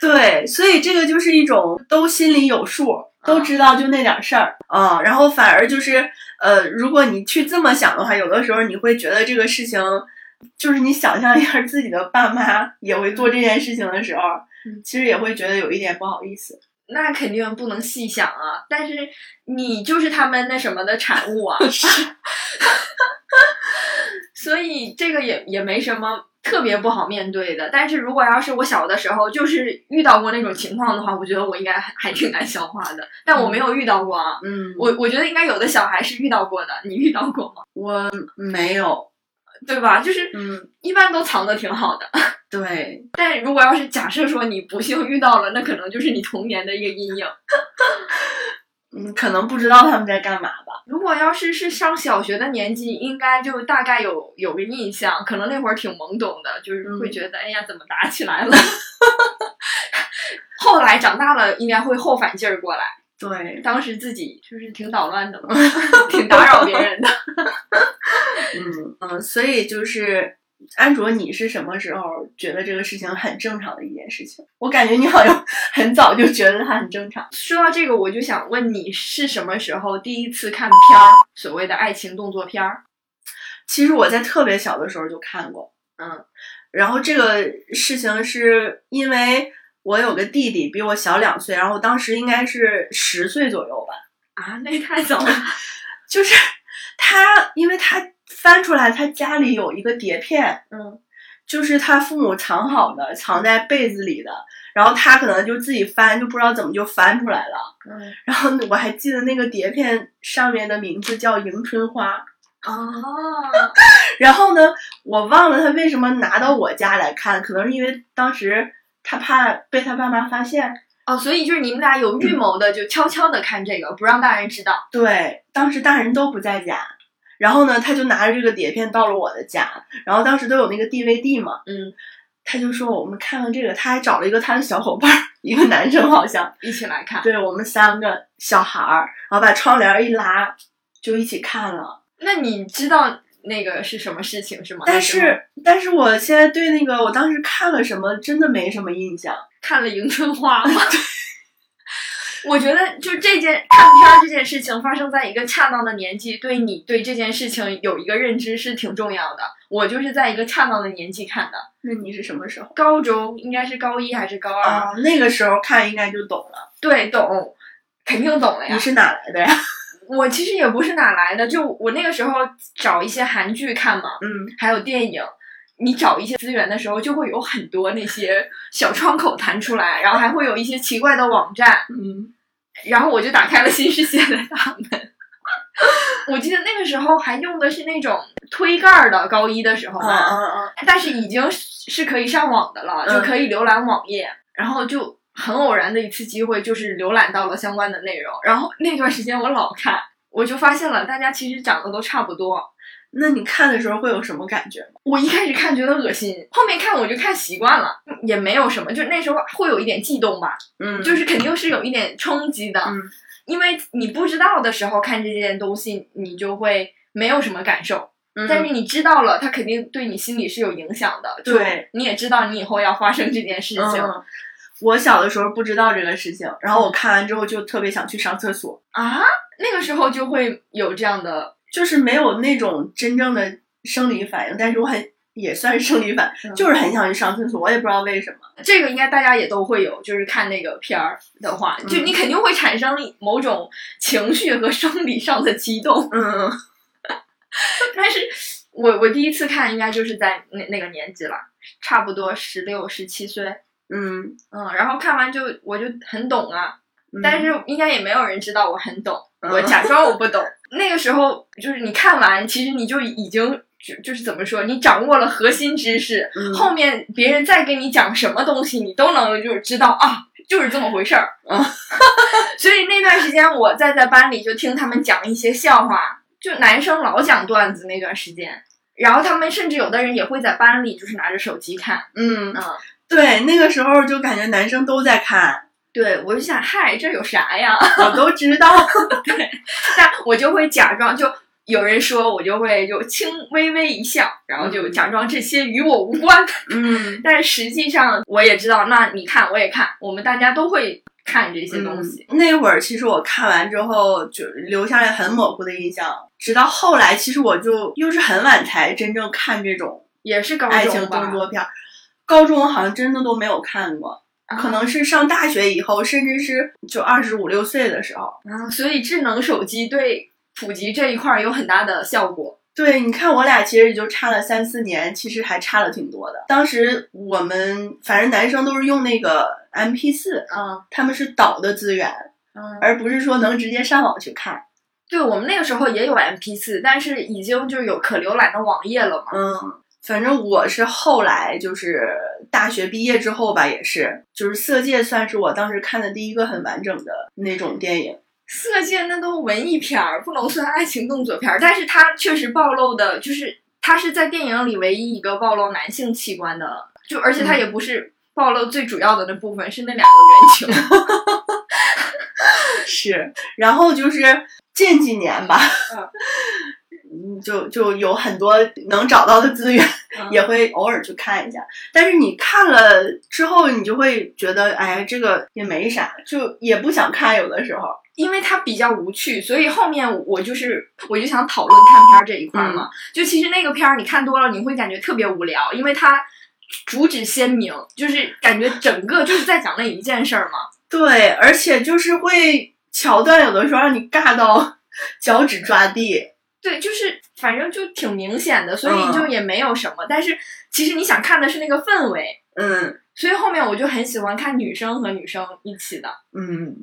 S2: 对，所以这个就是一种都心里有数，都知道就那点事儿啊、然后反而就是呃，如果你去这么想的话，有的时候你会觉得这个事情，就是你想象一下自己的爸妈也会做这件事情的时候
S1: 嗯，
S2: 其实也会觉得有一点不好意思。
S1: 那肯定不能细想啊。但是你就是他们那什么的产物啊，所以这个也也没什么。特别不好面对的，但是如果要是我小的时候就是遇到过那种情况的话，我觉得我应该还还挺难消化的，但我没有遇到过啊。
S2: 嗯我
S1: 我我觉得应该有的小孩是遇到过的，你遇到过吗？
S2: 我没有，
S1: 对吧？就是
S2: 嗯，
S1: 一般都藏的挺好的，
S2: 对，
S1: 但如果要是假设说你不幸遇到了，那可能就是你童年的一个阴影。
S2: 嗯，可能不知道他们在干嘛吧。
S1: 如果要是是上小学的年纪，应该就大概有有个印象，可能那会儿挺懵懂的，就是会觉得、哎呀，怎么打起来了？ 后来长大了，应该会后反劲儿过来。
S2: 对，
S1: 当时自己就是挺捣乱的嘛， 挺打扰别人的。
S2: 嗯嗯，所以就是安卓，你是什么时候觉得这个事情很正常的一件事情？我感觉你好像 很早就觉得它很正常。
S1: 说到这个，我就想问你，是什么时候第一次看片儿？所谓的爱情动作片儿？
S2: 其实我在特别小的时候就看过，
S1: 嗯
S2: 然后这个事情是因为我有个弟弟比我小两岁，然后我当时应该是十岁左右吧，
S1: 啊，那也太早了。
S2: 就是他，因为他翻出来他家里有一个碟片，
S1: 嗯
S2: 就是他父母藏好的，藏在被子里的，然后他可能就自己翻，就不知道怎么就翻出来了。
S1: 嗯
S2: 然后我还记得那个碟片上面的名字叫《迎春花》，
S1: 啊，
S2: 然后呢，我忘了他为什么拿到我家来看，可能是因为当时他怕被他爸妈发现。
S1: 哦，所以就是你们俩有预谋的，就悄悄的看这个，不让大人知道。
S2: 对，当时大人都不在家，然后呢，他就拿着这个碟片到了我的家，然后当时都有那个 DVD 嘛，
S1: 嗯，
S2: 他就说我们看看这个，他还找了一个他的小伙伴儿，一个男生好像，
S1: 一起来看。
S2: 对我们三个小孩儿，然后把窗帘一拉，就一起看了。
S1: 那你知道那个是什么事情是吗？
S2: 但
S1: 那时候
S2: 是，但是我现在对那个我当时看了什么真的没什么印象。
S1: 看了《迎春花》吗？我觉得就这件看片儿这件事情发生在一个恰当的年纪，对你对这件事情有一个认知是挺重要的。我就是在一个恰当的年纪看的，
S2: 那你是什么时候
S1: 高中应该是高一还是高二？
S2: 啊？那个时候看应该就懂了。
S1: 对，懂，肯定懂了呀
S2: 你。是哪来的呀？
S1: 我其实也不是哪来的，就我那个时候找一些韩剧看嘛，
S2: 嗯，
S1: 还有电影，你找一些资源的时候，就会有很多那些小窗口弹出来，然后还会有一些奇怪的网站，
S2: 嗯，
S1: 然后我就打开了新世界的大门。 我记得那个时候还用的是那种推盖儿的，高一的时候
S2: 啊
S1: 嘛，
S2: 啊啊！
S1: 但是已经是是可以上网的了，就
S2: 嗯
S1: 可以浏览网页。然后就很偶然的一次机会，就是浏览到了相关的内容。然后那段时间我老看，我就发现了大家其实长得都差不多。
S2: 那你看的时候会有什么感觉吗？
S1: 我一开始看觉得恶心，后面看我就看习惯了，也没有什么，就那时候会有一点悸动吧，
S2: 嗯
S1: 就
S2: 就是
S1: 是肯定是有一点冲击的，
S2: 嗯
S1: 因为你不知道的时候看这件东西，你就会没有什么感受，
S2: 嗯
S1: 但是你知道了，它肯定对你心里是有影响的，就
S2: 对，
S1: 你也知道你以后要发生这件事情、
S2: 嗯我小的时候不知道这个事情，然后我看完之后就特别想去上厕所，
S1: 啊，那个时候就会有这样的，
S2: 就是没有那种真正的生理反应，但是我很也算是生理反
S1: 嗯
S2: 应，就是很想去上厕所，我也不知道为什么。
S1: 这个应该大家也都会有，就是看那个片儿的话，
S2: 嗯
S1: 就你肯定会产生某种情绪和生理上的激动。
S2: 嗯，
S1: 但是我我第一次看应该就是在那那个年纪了，差不多十六十七岁，
S2: 嗯，
S1: 嗯，然后看完就我就很懂啊，
S2: 嗯
S1: 但是应该也没有人知道我很懂，
S2: 嗯
S1: 我假装我不懂。那个时候就是你看完，其实你就已经。就就是怎么说，你掌握了核心知识，
S2: 嗯
S1: 后面别人再跟你讲什么东西，你都能就是知道啊，就是这么回事儿。
S2: 嗯
S1: 所以那段时间我在在班里就听他们讲一些笑话，就男生老讲段子那段时间，然后他们甚至有的人也会在班里就是拿着手机看，
S2: 嗯，
S1: 嗯，
S2: 对，那个时候就感觉男生都在看，
S1: 对我就想，嗨，这有啥呀？
S2: 我都知道。
S1: 但我就会假装就有人说，我就会就轻微微一笑，然后就假装这些与我无关。
S2: 嗯，
S1: 但实际上我也知道，那你看我也看，我们大家都会看这些东西。
S2: 嗯那会儿其实我看完之后就留下来很模糊的印象，直到后来其实我就又是很晚才真正看这种
S1: 也是高
S2: 爱情
S1: 中
S2: 动
S1: 吧，
S2: 作片儿。高中我好像真的都没有看过，
S1: 啊
S2: 可能是上大学以后，甚至是就二十五六岁的时候。
S1: 啊所以智能手机对普及这一块儿有很大的效果。
S2: 对，你看我俩其实也就差了三四年，其实还差了挺多的。当时我们反正男生都是用那个 MP 四，
S1: 嗯
S2: 他们是导的资源，
S1: 嗯，
S2: 而不是说能直接上网去看。
S1: 对我们那个时候也有 MP 四，但是已经就有可浏览的网页了嘛。
S2: 嗯，反正我是后来就是大学毕业之后吧，也是就是《色戒》算是我当时看的第一个很完整的那种电影。
S1: 色戒那都文艺片儿，不能算爱情动作片儿，但是它确实暴露的，就是它是在电影里唯一一个暴露男性器官的，就而且它也不是暴露最主要的那部分，是那两个圆球。
S2: 是，然后就是近几年吧
S1: 嗯，
S2: 嗯，就就有很多能找到的资源，
S1: 嗯
S2: 也会偶尔去看一下。但是你看了之后，你就会觉得，哎，这个也没啥，就也不想看。有的时候，
S1: 因为它比较无趣，所以后面我就是我就想讨论看片儿这一块儿嘛。就其实那个片儿你看多了，你会感觉特别无聊，因为它主旨鲜明，就是感觉整个就是在讲那一件事儿嘛。
S2: 对，而且就是会桥段，有的时候让你尬到 脚趾抓地。
S1: 对，就是反正就挺明显的，所以
S2: 嗯
S1: 就也没有什么。但是其实你想看的是那个氛围，
S2: 嗯
S1: 所以后面我就很喜欢看女生和女生一起的。
S2: 嗯，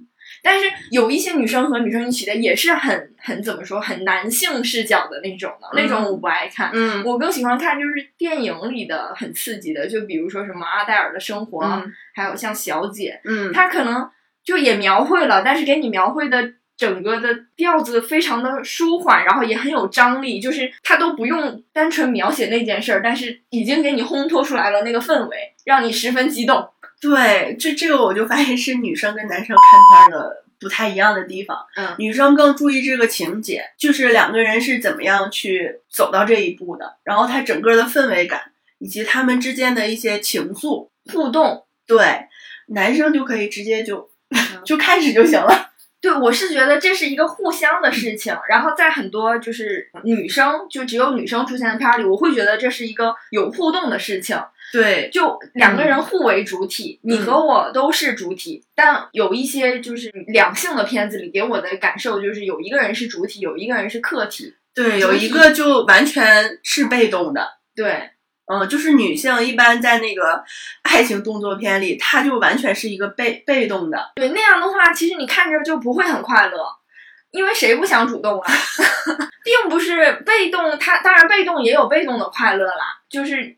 S1: 但是有一些女生和女生一起的也是很很怎么说，很男性视角的那种的，那种我不爱看。
S2: 嗯
S1: 我更喜欢看就是电影里的很刺激的，就比如说什么阿黛尔的生活，啊
S2: 嗯
S1: 还有像小姐，
S2: 嗯，
S1: 她可能就也描绘了，但是给你描绘的整个的调子非常的舒缓，然后也很有张力，就是她都不用单纯描写那件事儿，但是已经给你烘托出来了那个氛围，让你十分激动。
S2: 对，这这个我就发现是女生跟男生看片儿的不太一样的地方。
S1: 嗯
S2: 女生更注意这个情节，就是两个人是怎么样去走到这一步的，然后它整个的氛围感以及他们之间的一些情愫。
S1: 互动，
S2: 对，男生就可以直接就就开始就行了。
S1: 对我是觉得这是一个互相的事情，然后在很多就是女生就只有女生出现的片儿里，我会觉得这是一个有互动的事情。
S2: 对，
S1: 就两个人互为主体，你和我都是主体，但有一些就是两性的片子里给我的感受就是有一个人是主体，有一个人是客体。
S2: 对，
S1: 主
S2: 有
S1: 体
S2: 一个就完全是被动的。
S1: 对，
S2: 嗯，就是女性一般在那个爱情动作片里，她就完全是一个被被动的。
S1: 对，那样的话，其实你看着就不会很快乐，因为谁不想主动啊？ 并不是被动，他当然被动也有被动的快乐啦，就是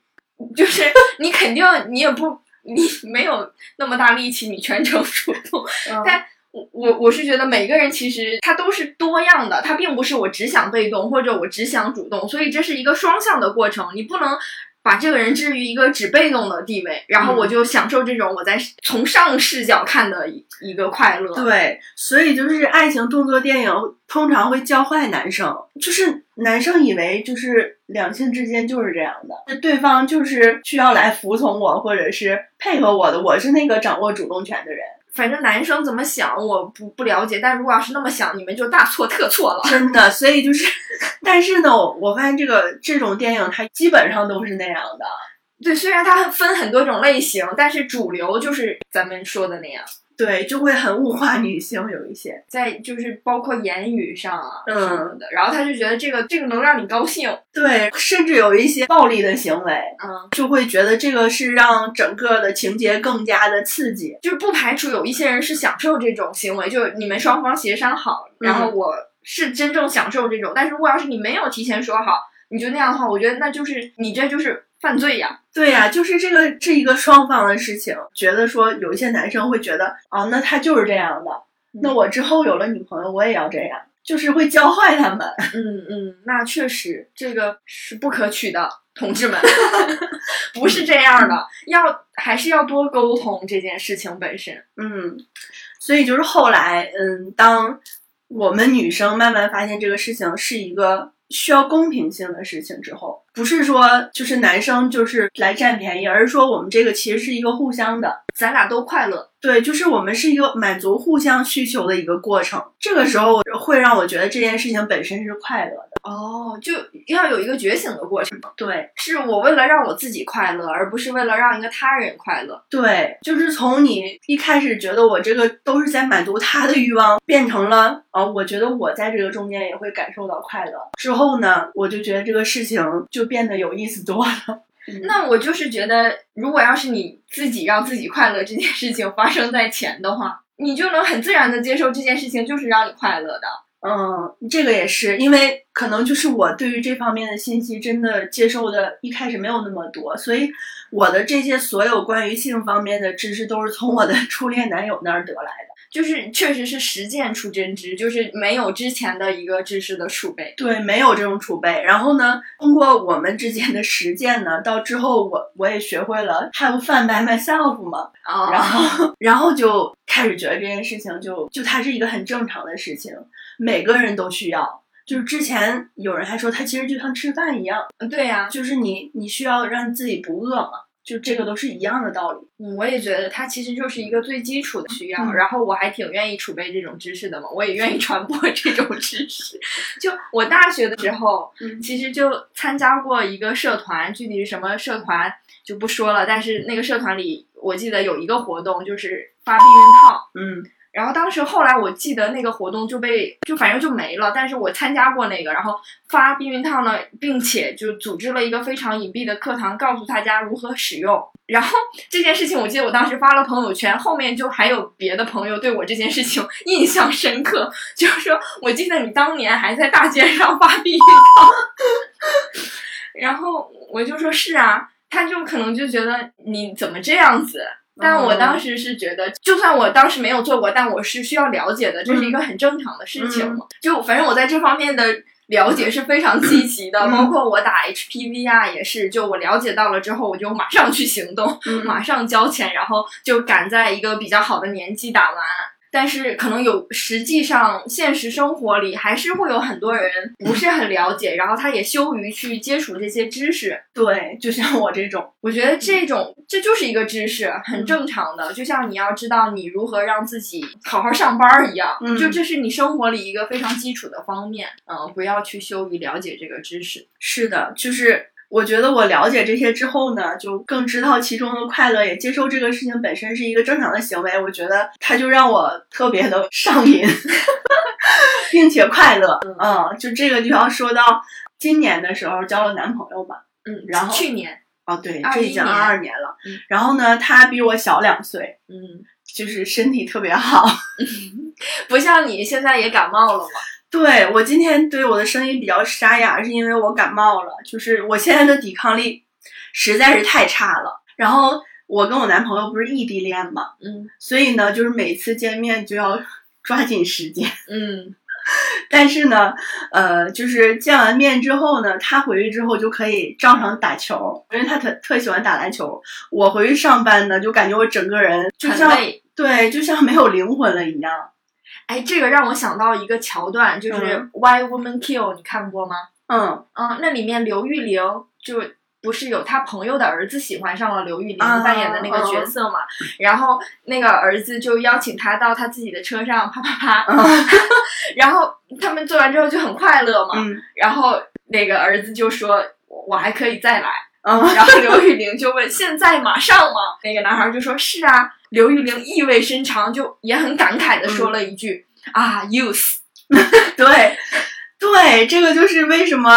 S1: 就是你肯定你也不你没有那么大力气，你全程 主动，但我我我是觉得每个人其实他都是多样的，他并不是我只想被动或者我只想主动，所以这是一个双向的过程，你不能。把这个人置于一个只被动的地位，然后
S2: 嗯
S1: 我就享受这种我在从上视角看的一一个快乐。
S2: 对，所以就是爱情动作电影通常会教坏男生，就是男生以为就是两性之间就是这样的，对方就是需要来服从我或者是配合我的，我是那个掌握主动权的人。
S1: 反正男生怎么想我不不了解，但如果要是那么想，你们就大错特错了。
S2: 真的，所以就是，但是呢，我我发现这个这种电影它基本上都是那样的，
S1: 对，虽然它分很多种类型，但是主流就是咱们说的那样，
S2: 对，就会很物化女性，有一些，
S1: 在就是包括言语上啊
S2: 嗯
S1: 什么的，然后他就觉得这个这个能让你高兴，
S2: 对，甚至有一些暴力的行为，
S1: 嗯，
S2: 就会觉得这个是让整个的情节更加的刺激。
S1: 就是不排除有一些人是享受这种行为，就是你们双方协商好，然后我是真正享受这种，但是如果要是你没有提前说好，你就那样的话，我觉得那就是你这就是犯罪呀，
S2: 对呀、就是这个是一个双方的事情，觉得说有一些男生会觉得，哦，那他就是这样的，那我之后有了女朋友，我也要这样，就是会教坏他们。
S1: 嗯嗯，那确实这个是不可取的，同志 们，不是这样的，要还是要多沟通这件事情本身。
S2: 嗯，所以就是后来，嗯，当我们女生慢慢发现这个事情是一个需要公平性的事情之后，不是说就是男生就是来占便宜，而是说我们这个其实是一个互相的。
S1: 咱俩都快乐，
S2: 对，就是我们是一个满足互相需求的一个过程。这个时候会让我觉得这件事情本身是快乐的。
S1: 哦，就要有一个觉醒的过程，
S2: 对
S1: 是我为了让我自己快乐，而不是为了让一个他人快乐。
S2: 对，就是从你一开始觉得我这个都是在满足他的欲望，变成了啊、我觉得我在这个中间也会感受到快乐。之后呢，我就觉得这个事情就变得有意思多了。
S1: 那我就是觉得，如果要是你自己让自己快乐这件事情发生在前的话，你就能很自然的接受这件事情就是让你快乐的。
S2: 嗯，这个也是，因为可能就是我对于这方面的信息真的接受的，一开始没有那么多，所以我的这些所有关于性方面的知识都是从我的 初恋男友那儿得来的。
S1: 就是确实是实践出真知，就是没有之前的一个知识的储备。
S2: 对，没有这种储备。然后呢，通过我们之间的实践呢，到之后我我也学会了 have fun by myself 嘛，
S1: 啊
S2: 然后然后就开始觉得这件事情就就它是一个很正常的事情，每个人都需要。就是之前有人还说，它其实就像吃饭一样。
S1: 对呀、
S2: 就是你你需要让自己不饿嘛，就这个都是一样的道理。
S1: 嗯我也觉得它其实就是一个最基础的需要。
S2: 嗯
S1: 然后我还挺愿意储备这种知识的嘛，我也愿意传播这种知识。就我大学的时候，
S2: 嗯
S1: 其实就参加过一个社团，具体是什么社团就不说了。但是那个社团里，我记得有一个活动就是发避孕套。
S2: 嗯
S1: 然后当时后来我记得那个活动就被就反正就没了，但是我参加过那个，然后发避孕套呢，并且就组织了一个非常隐蔽的课堂，告诉大家如何使用。然后这件事情，我记得我当时发了朋友圈，后面就还有别的朋友对我这件事情 印象深刻，就是说我记得你当年还在大街上发避孕套， 然后我就说是啊，他就可能就觉得你怎么这样子，但我
S2: 嗯
S1: 当时是觉得，就算我当时没有做过，但我是需要了解的，这是一个很正常的事情嘛。就反正我在这方面的了解是非常积极的，
S2: 嗯
S1: 包括我打 HPV 啊，也是，就我了解到了之后，我就马上去行动，
S2: 嗯
S1: 马上交钱，然后就赶在一个比较好的年纪打完。但是可能有，实际上现实生活里还是会有很多人不是很了解，然后他也羞于去接触这些知识，
S2: 对，就像我这种，
S1: 我觉得这种这就是一个知识，很正常的，就像你要知道你如何让自己好好上班儿一样，
S2: 嗯
S1: 就这是你生活里一个非常基础的方面。嗯、不要去羞于了解这个知识。
S2: 是的，就是我觉得我了解这些之后呢，就更知道其中的快乐，也接受这个事情本身是一个正常的行为。我觉得它就让我特别的上瘾， 并且快乐。嗯，就这个就要说到今年的时候交了男朋友嘛。
S1: 嗯，
S2: 然后
S1: 去年，
S2: 哦，对，
S1: 21
S2: 这已经
S1: 年
S2: 二二年了。
S1: 嗯
S2: 然后呢，他比我小两岁，
S1: 嗯，
S2: 就是身体特别好。
S1: 不像你现在也感冒了嘛，
S2: 对我今天对我的声音比较沙哑，是因为我感冒了，就是我现在的抵抗力实在是太差了。然后我跟我男朋友不是异地恋嘛，
S1: 嗯
S2: 所以呢，就是每次见面就要 抓紧时间。
S1: 嗯，
S2: 但是呢，呃，就是见完面之后呢，他回去之后就可以照常打球，因为他特特喜欢打篮球。我回去上班呢，就感觉我整个人就
S1: 很
S2: 像
S1: 累。
S2: 对，就像没有灵魂了一样。
S1: 哎，这个让我想到一个桥段，就是《Why Women Kill》，你看过吗？
S2: 嗯，
S1: 嗯，那里面刘玉玲就不是有他朋友的儿子喜欢上了刘玉玲
S2: 啊
S1: 扮演的那个角色嘛，然后那个儿子就邀请他到他自己的车上啪啪啪， 然后他们做完之后就很快乐嘛，
S2: 嗯
S1: 然后那个儿子就说我我还可以再来，
S2: 嗯，
S1: 然后刘玉玲就问：“现在马上吗？”那个男孩就说：“是啊。”刘玉玲意味深长，就也很感慨的
S2: 嗯
S1: 说了一句：“啊，use。
S2: 对对，这个就是为什么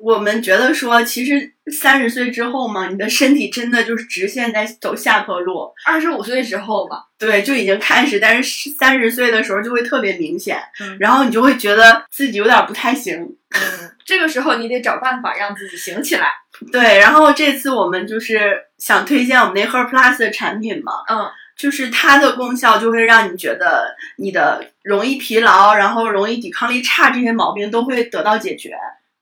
S2: 我们觉得说，其实三十岁之后嘛，你的身体真的就是直线在走下坡路。”
S1: 二十五岁之后吧，
S2: 对，就已经开始，但是三十岁的时候就会特别明显，
S1: 嗯
S2: 然后你就会觉得自己有点不太行。
S1: 嗯，这个时候你得找办法让自己行起来。
S2: 对，然后这次我们就是想推荐我们那 Her Plus 的产品嘛，
S1: 嗯，
S2: 就是它的功效就会让你觉得你的容易疲劳，然后容易抵抗力差这些毛病都会得到解决。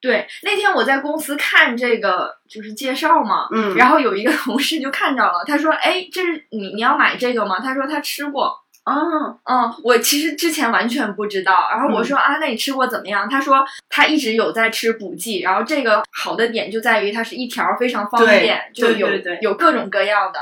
S1: 对。那天我在公司看这个就是介绍嘛，
S2: 嗯然
S1: 然后有一个同事就看着了，他说：“哎，这是你你要买这个吗？”他说他吃过，
S2: 后
S1: 嗯，我其实之前完全不知道，然后我说、
S2: 嗯
S1: 啊，那你吃过怎么样？他说他一直有在吃补剂，然后这个好的点就在于它是一条非常方
S2: 对
S1: 便，就
S2: 对
S1: 有
S2: 对对
S1: 有各种各样的，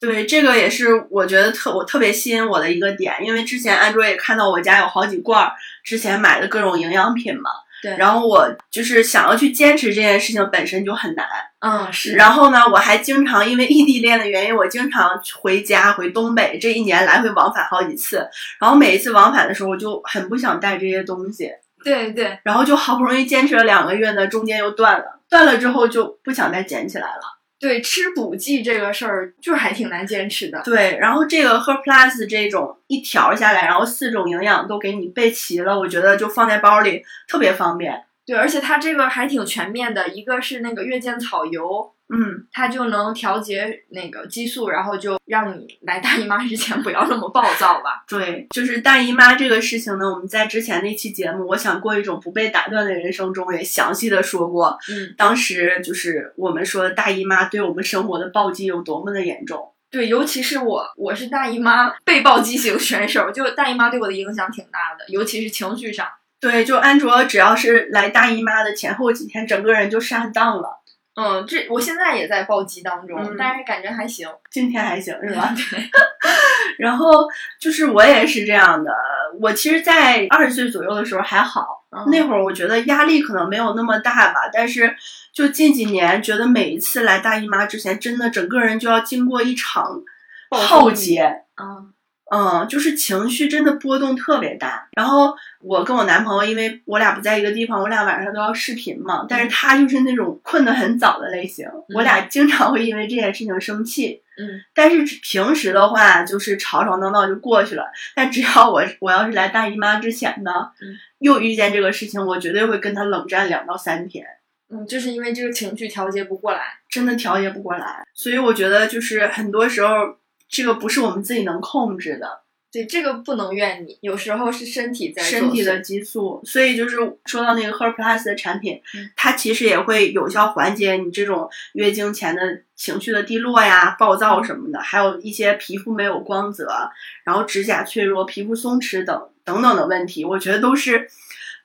S2: 对，这个也是我觉得特我特别吸引我的一个点，因为之前安卓也看到我家有好几罐儿之前买的各种营养品嘛，
S1: 对
S2: 然后我就是想要去坚持这件事情本身就很难，
S1: 嗯是，
S2: 然后呢，我还经常因为异地恋的原因，我经常回家回东北，这一年来回往返好几次。然后每一次往返的时候，我就很不想带这些东西，
S1: 对对
S2: 然后就好不容易坚持了两个月呢，中间又断了，断了之后就不想再捡起来了。
S1: 对，吃补剂这个事儿就是还挺难坚持的，
S2: 对，然后这个 Her Plus 这种一条下来，然后四种营养都给你备齐了，我觉得就放在包里特别方便。
S1: 对，而且它这个还挺全面的，一个是那个月见草油。
S2: 嗯，
S1: 它就能调节那个激素，然后就让你来大姨妈之前不要那么暴躁吧。
S2: 对，就是大姨妈这个事情呢，我们在之前那期节目《我想过一种不被打断的人生》中也详细的说过，
S1: 嗯，
S2: 当时就是我们说大姨妈对我们生活的暴击有多么的严重。
S1: 对，尤其是我，我是大姨妈被暴击型选手，就大姨妈对我的影响挺大的，尤其是情绪上。
S2: 对，就安卓只要是来大姨妈的前后几天，整个人就上当了。
S1: 嗯，这我现在也在暴击当中，
S2: 嗯
S1: 但是感觉还行，
S2: 今天还行是吧？
S1: 对，
S2: 然后就是我也是这样的，我其实，在二十岁左右的时候还好，
S1: 嗯
S2: 那会儿我觉得压力可能没有那么大吧，但是就近几年，觉得每一次来大姨妈之前，真的整个人就要经过一场
S1: 暴风雨
S2: 浩劫。
S1: 嗯
S2: 嗯，就是情绪真的波动特别大。然后我跟我男朋友，因为我俩不在一个地方，我俩晚上都要视频嘛。
S1: 嗯
S2: 但是他就是那种困得很早的类型，我俩经常会因为这件事情生气。
S1: 嗯，
S2: 但是平时的话，就是吵吵闹闹就过去了。但只要我我要是来大姨妈之前呢，
S1: 嗯
S2: 又遇见这个事情，我绝对会跟他冷战两到三天。
S1: 嗯，就是因为这个情绪调节不过来。
S2: 真的调节不过来，所以我觉得就是很多时候，这个不是我们自己能控制的。
S1: 对，这个不能怨你，有时候是身体在
S2: 身体
S1: 作
S2: 的
S1: 祟
S2: 激素，所以就是说到那个 Her Plus 的产品，
S1: 嗯
S2: 它其实也会有效缓解你这种月经前的情绪的低落呀、暴
S1: 嗯
S2: 躁什么的，还有一些皮肤没有光泽，然后指甲脆弱、皮肤松弛等等等的问题，我觉得都是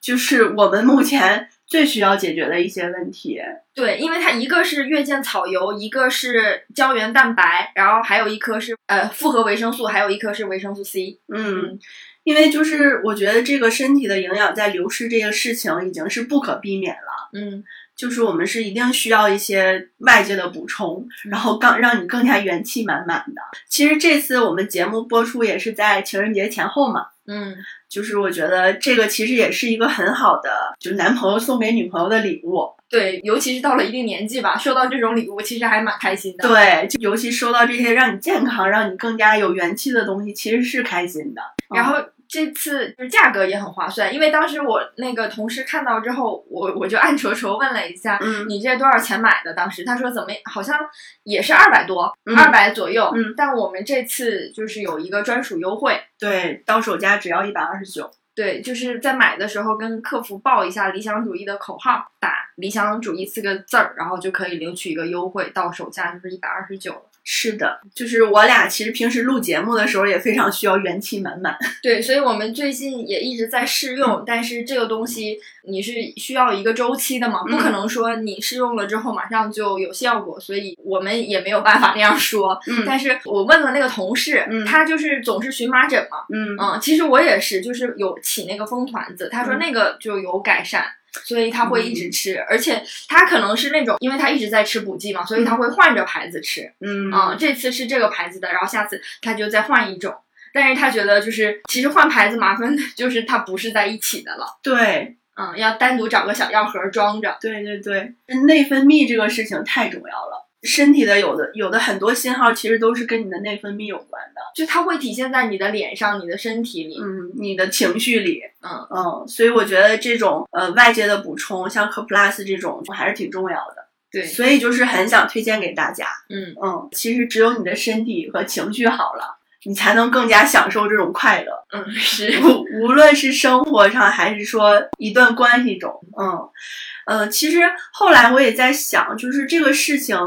S2: 就是我们目前最需要解决的一些问题。嗯
S1: 对，因为它一个是月见草油，一个是胶原蛋白，然后还有一颗是呃复合维生素，还有一颗是维生素 C。
S2: 嗯，因为就是我觉得这个身体的营养在流失这个事情已经是不可避免了。
S1: 嗯，
S2: 就是我们是一定需要一些外界的补充，
S1: 嗯
S2: 然后更让你更加元气满满的。其实这次我们节目播出也是在情人节前后嘛，
S1: 嗯，
S2: 就是我觉得这个其实也是一个很好的，就是男朋友送给女朋友的礼物。
S1: 对，尤其是到了一定年纪吧，收到这种礼物其实还蛮开心的。
S2: 对，就尤其收到这些让你健康、让你更加有元气的东西，其实是开心的。
S1: 然后这次就是价格也很划算，因为当时我那个同事看到之后，我我就暗戳戳问了一下，
S2: 嗯，
S1: 你这多少钱买的？当时他说怎么好像也是二百多，
S2: 嗯
S1: 二百、左右。
S2: 嗯
S1: 但我们这次就是有一个专属优惠，
S2: 对，到手价只要一百二十九。
S1: 对，就是在买的时候跟客服报一下理想主义的口号，打“理想主义”四个字儿，然后就可以领取一个优惠，到手价就是一百二十九。
S2: 是的，就是我俩其实平时录节目的时候也非常需要元气满满。
S1: 对，所以我们最近也一直在试用，但是这个东西你是需要一个周期的嘛，不可能说你试用了之后马上就有效果，所以我们也没有办法那样说。
S2: 嗯
S1: 但是我问了那个同事，
S2: 嗯
S1: 他就是总是荨麻疹嘛，
S2: 嗯
S1: 嗯，其实我也是，就是有起那个风团子，他说
S2: 嗯
S1: 那个就有改善。所以他会一直吃，而且他可能是那种，因为他一直在吃补剂嘛，所以他会换着牌子吃。
S2: 嗯
S1: 嗯，这次是这个牌子的，然后下次他就再换一种。但是他觉得就是，其实换牌子麻烦的就是它不是在一起的了，
S2: 对
S1: 嗯，要单独找个小药盒装着。
S2: 对对对，嗯内分泌这个事情太重要了。身体的有的有的很多信号其实都是跟你的内分泌有关的，
S1: 就它会体现在你的脸上、你的身体里。
S2: 嗯，你的情绪里，
S1: 嗯
S2: 嗯，所以我觉得这种呃外界的补充，像科 plus 这种还是挺重要的，
S1: 对
S2: 所以就是很想推荐给大家，
S1: 嗯，
S2: 嗯，其实只有你的身体和情绪好了，你才能更加享受这种快乐。
S1: 嗯，是，
S2: 无无论是生活上还是说一段关系中，嗯嗯，其实后来我也在想，就是这个事情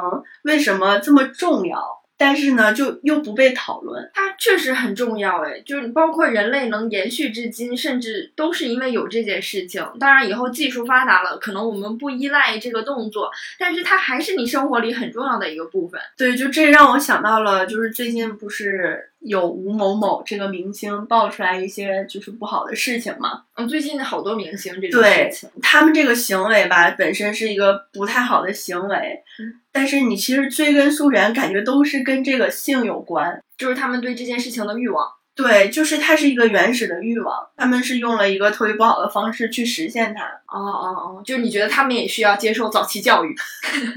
S2: 为什么这么重要，但是呢，就又不被讨论。
S1: 它确实很重要哎，就是包括人类能延续至今，甚至都是因为有这件事情。当然，以后技术发达了，可能我们不依赖这个动作，但是它还是你生活里很重要的一个部分。
S2: 对，就这让我想到了，就是最近不是有吴某某这个明星爆出来一些就是不好的事情嘛？
S1: 嗯，最近好多明星这种
S2: 对
S1: 事情，
S2: 他们这个行为吧，本身是一个不太好的行为
S1: 嗯，
S2: 但是你其实追根溯源，感觉都是跟这个性有关。
S1: 就是他们对这件事情的欲望。
S2: 对，就是它是一个原始的欲望，他们是用了一个特别不好的方式去实现它。
S1: 哦哦哦，就是你觉得他们也需要接受早期教育，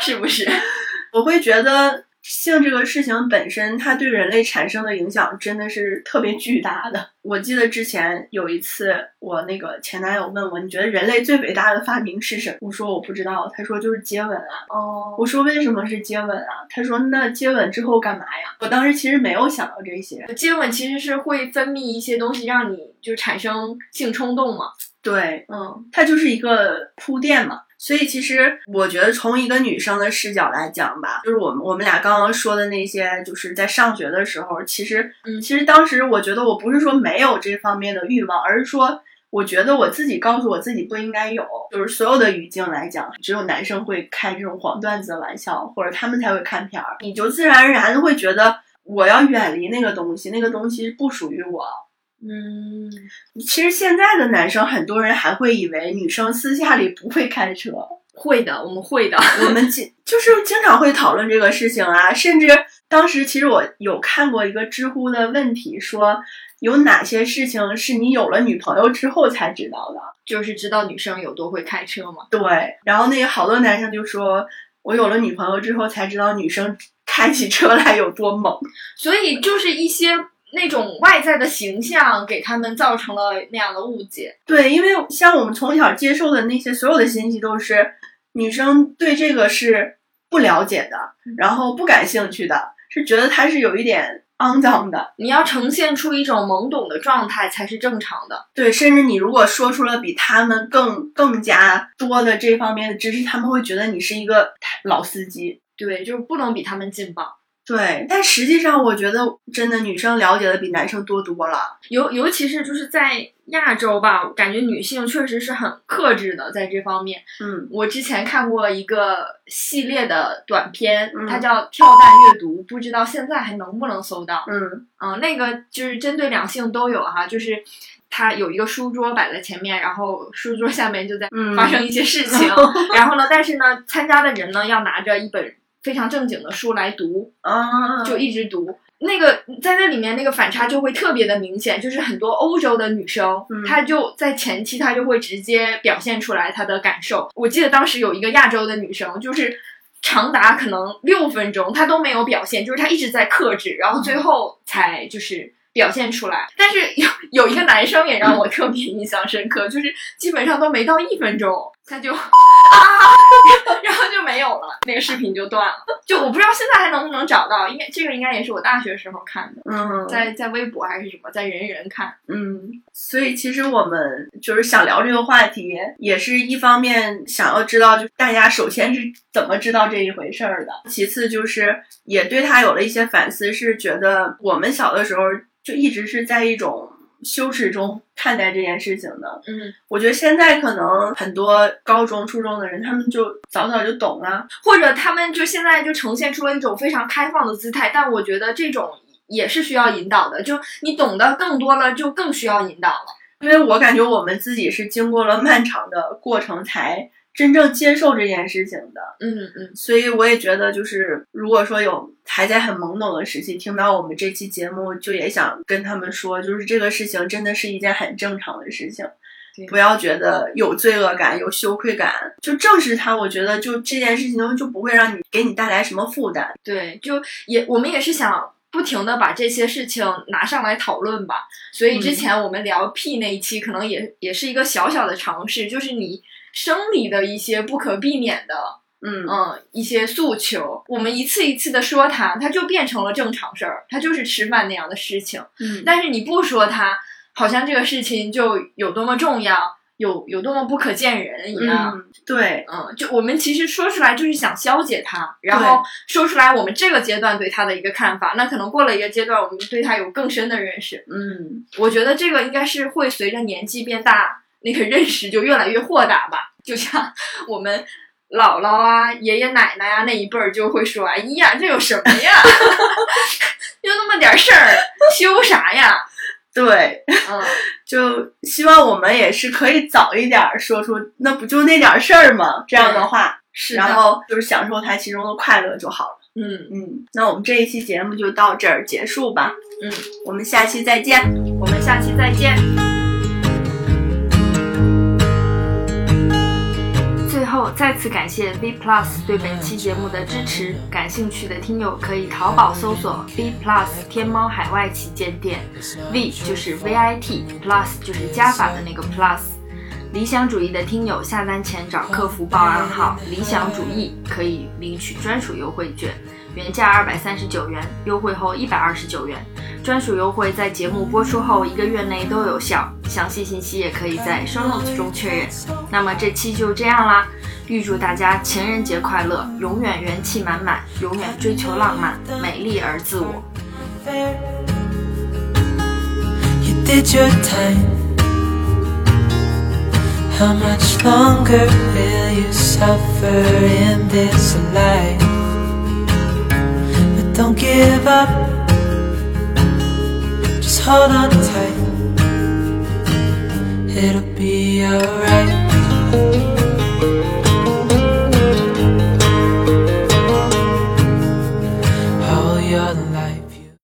S1: 是不是？
S2: 我会觉得性这个事情本身，它对人类产生的影响真的是特别巨大的。我记得之前有一次，我那个前男友问我，你觉得人类最伟大的发明是什么？我说我不知道，他说就是接吻啊。
S1: 哦，
S2: 我说为什么是接吻啊？他说那接吻之后干嘛呀？我当时其实没有想到这些。
S1: 接吻其实是会分泌一些东西，让你就产生性冲动嘛。
S2: 对，
S1: 嗯
S2: 它就是一个铺垫嘛。所以其实我觉得从一个女生的视角来讲吧，就是我们我们俩刚刚说的那些，就是在上学的时候，其实
S1: 嗯
S2: 其实当时我觉得我不是说没有这方面的欲望，而是说。我觉得我自己告诉我自己不应该有，就是所有的语境来讲，只有男生会开这种黄段子的玩笑，或者他们才会看片儿，你就自然而然地会觉得我要远离那个东西，那个东西不属于我，
S1: 嗯，
S2: 其实现在的男生，很多人还会以为女生私下里不会开车。
S1: 会的，我们会的。
S2: 我们经 就是经常会讨论这个事情啊，甚至当时其实我有看过一个知乎的问题说，有哪些事情是你有了女朋友之后才知道的？
S1: 就是知道女生有多会开车嘛。
S2: 对，然后那个好多男生就说，我有了女朋友之后才知道女生开起车来有多猛。
S1: 所以就是一些那种外在的形象给他们造成了那样的误解。
S2: 对，因为像我们从小接受的那些所有的信息都是女生对这个是不了解的，
S1: 嗯
S2: 然后不感兴趣的，是觉得它是有一点肮脏的。
S1: 你要呈现出一种懵懂的状态才是正常的。
S2: 对，甚至你如果说出了比他们更更加多的这方面的知识，他们会觉得你是一个老司机。
S1: 对，就是不能比他们劲爆。
S2: 对，但实际上我觉得真的女生了解的比男生多多了。
S1: 尤尤其是就是在亚洲吧，我感觉女性确实是很克制的在这方面。
S2: 嗯，
S1: 我之前看过一个系列的短片，
S2: 嗯
S1: 它叫《跳蛋阅读》，不知道现在还能不能搜到。
S2: 嗯
S1: 嗯、那个就是针对两性都有哈、就是它有一个书桌摆在前面，然后书桌下面就在
S2: 嗯
S1: 发生一些事情。然后呢，但是呢，参加的人呢要拿着一本非常正经的书来读。
S2: 啊，
S1: 就一直读。那个在那里面那个反差就会特别的明显，就是很多欧洲的女生，
S2: 嗯
S1: 她就在前期她就会直接表现出来她的感受。我记得当时有一个亚洲的女生，就是长达可能六分钟她都没有表现，就是她一直在克制，然后最后才就是。表现出来，但是有有一个男生也让我特别印象深刻，就是基本上都没到一分钟，他就 啊然后就没有了，那个视频就断了。就我不知道现在还能不能找到，应该这个应该也是我大学时候看的，
S2: 嗯，
S1: 在在微博还是什么，在人人看。
S2: 嗯，所以其实我们就是想聊这个话题，也是一方面想要知道，就是大家首先是怎么知道这一回事儿的，其次就是也对他有了一些反思，是觉得我们小的时候就一直是在一种羞耻中看待这件事情的。
S1: 嗯，
S2: 我觉得现在可能很多高中、初中的人，他们就早早就懂了。
S1: 或者他们就现在就呈现出了一种非常开放的姿态，但我觉得这种也是需要引导的，就你懂得更多了，就更需要引导了。
S2: 因为我感觉我们自己是经过了漫长的过程，才真正接受这件事情的。
S1: 嗯嗯，
S2: 所以我也觉得，就是如果说有还在很懵懂的时期听到我们这期节目，就也想跟他们说，就是这个事情真的是一件很正常的事情
S1: 对，
S2: 不要觉得有罪恶感、有羞愧感，就正视它。我觉得就这件事情就不会让你给你带来什么负担。
S1: 对，就也我们也是想。不停的把这些事情拿上来讨论吧，所以之前我们聊 P 那一期，可能也、也是一个小小的尝试，就是你生理的一些不可避免的
S2: 嗯
S1: 嗯，一些诉求，我们一次一次的说它，它就变成了正常事儿，它就是吃饭那样的事情。
S2: 嗯
S1: 但是你不说它，好像这个事情就有多么重要，有有多么不可见人一样。嗯
S2: 嗯，对，
S1: 就我们其实说出来就是想消解它，然后说出来我们这个阶段对它的一个看法，那可能过了一个阶段，我们对它有更深的认识。
S2: 嗯
S1: 我觉得这个应该是会随着年纪变大，那个认识就越来越豁达吧。就像 我们姥姥啊、爷爷奶奶啊那一辈儿就会说：“哎呀，这有什么呀？ 就那么点事儿，羞啥呀
S2: 对。？”
S1: 嗯，
S2: 就希望我们也是可以早一点儿说出“那不就那点儿事儿吗”这样的话，
S1: 是
S2: 然后就是享受它其中的快乐就好了。
S1: 嗯，
S2: 嗯，那我们这一期节目就到这儿结束吧。
S1: 嗯，
S2: 我们下期再见。
S1: 我们下期再见。最后，再次感谢 V Plus 对本期节目的支持。感兴趣的听友可以淘宝搜索 V Plus 天猫海外旗舰店，V 就是 VIT，Plus 就是加法的那个 Plus。理想主义的听友下单前找客服报暗号“理想主义”，可以领取专属优惠券，原价二百三十九元，优惠后一百二十九元。专属优惠在节目播出后一个月内都有效，详细信息也可以在 show notes 中确认。那么这期就这样啦，预祝大家情人节快乐，永远元气满满，永远追求浪漫、美丽而自我。
S3: You did your time. How much longer will you suffer in this life? But don't give up. Just hold on tight. It'll be alright.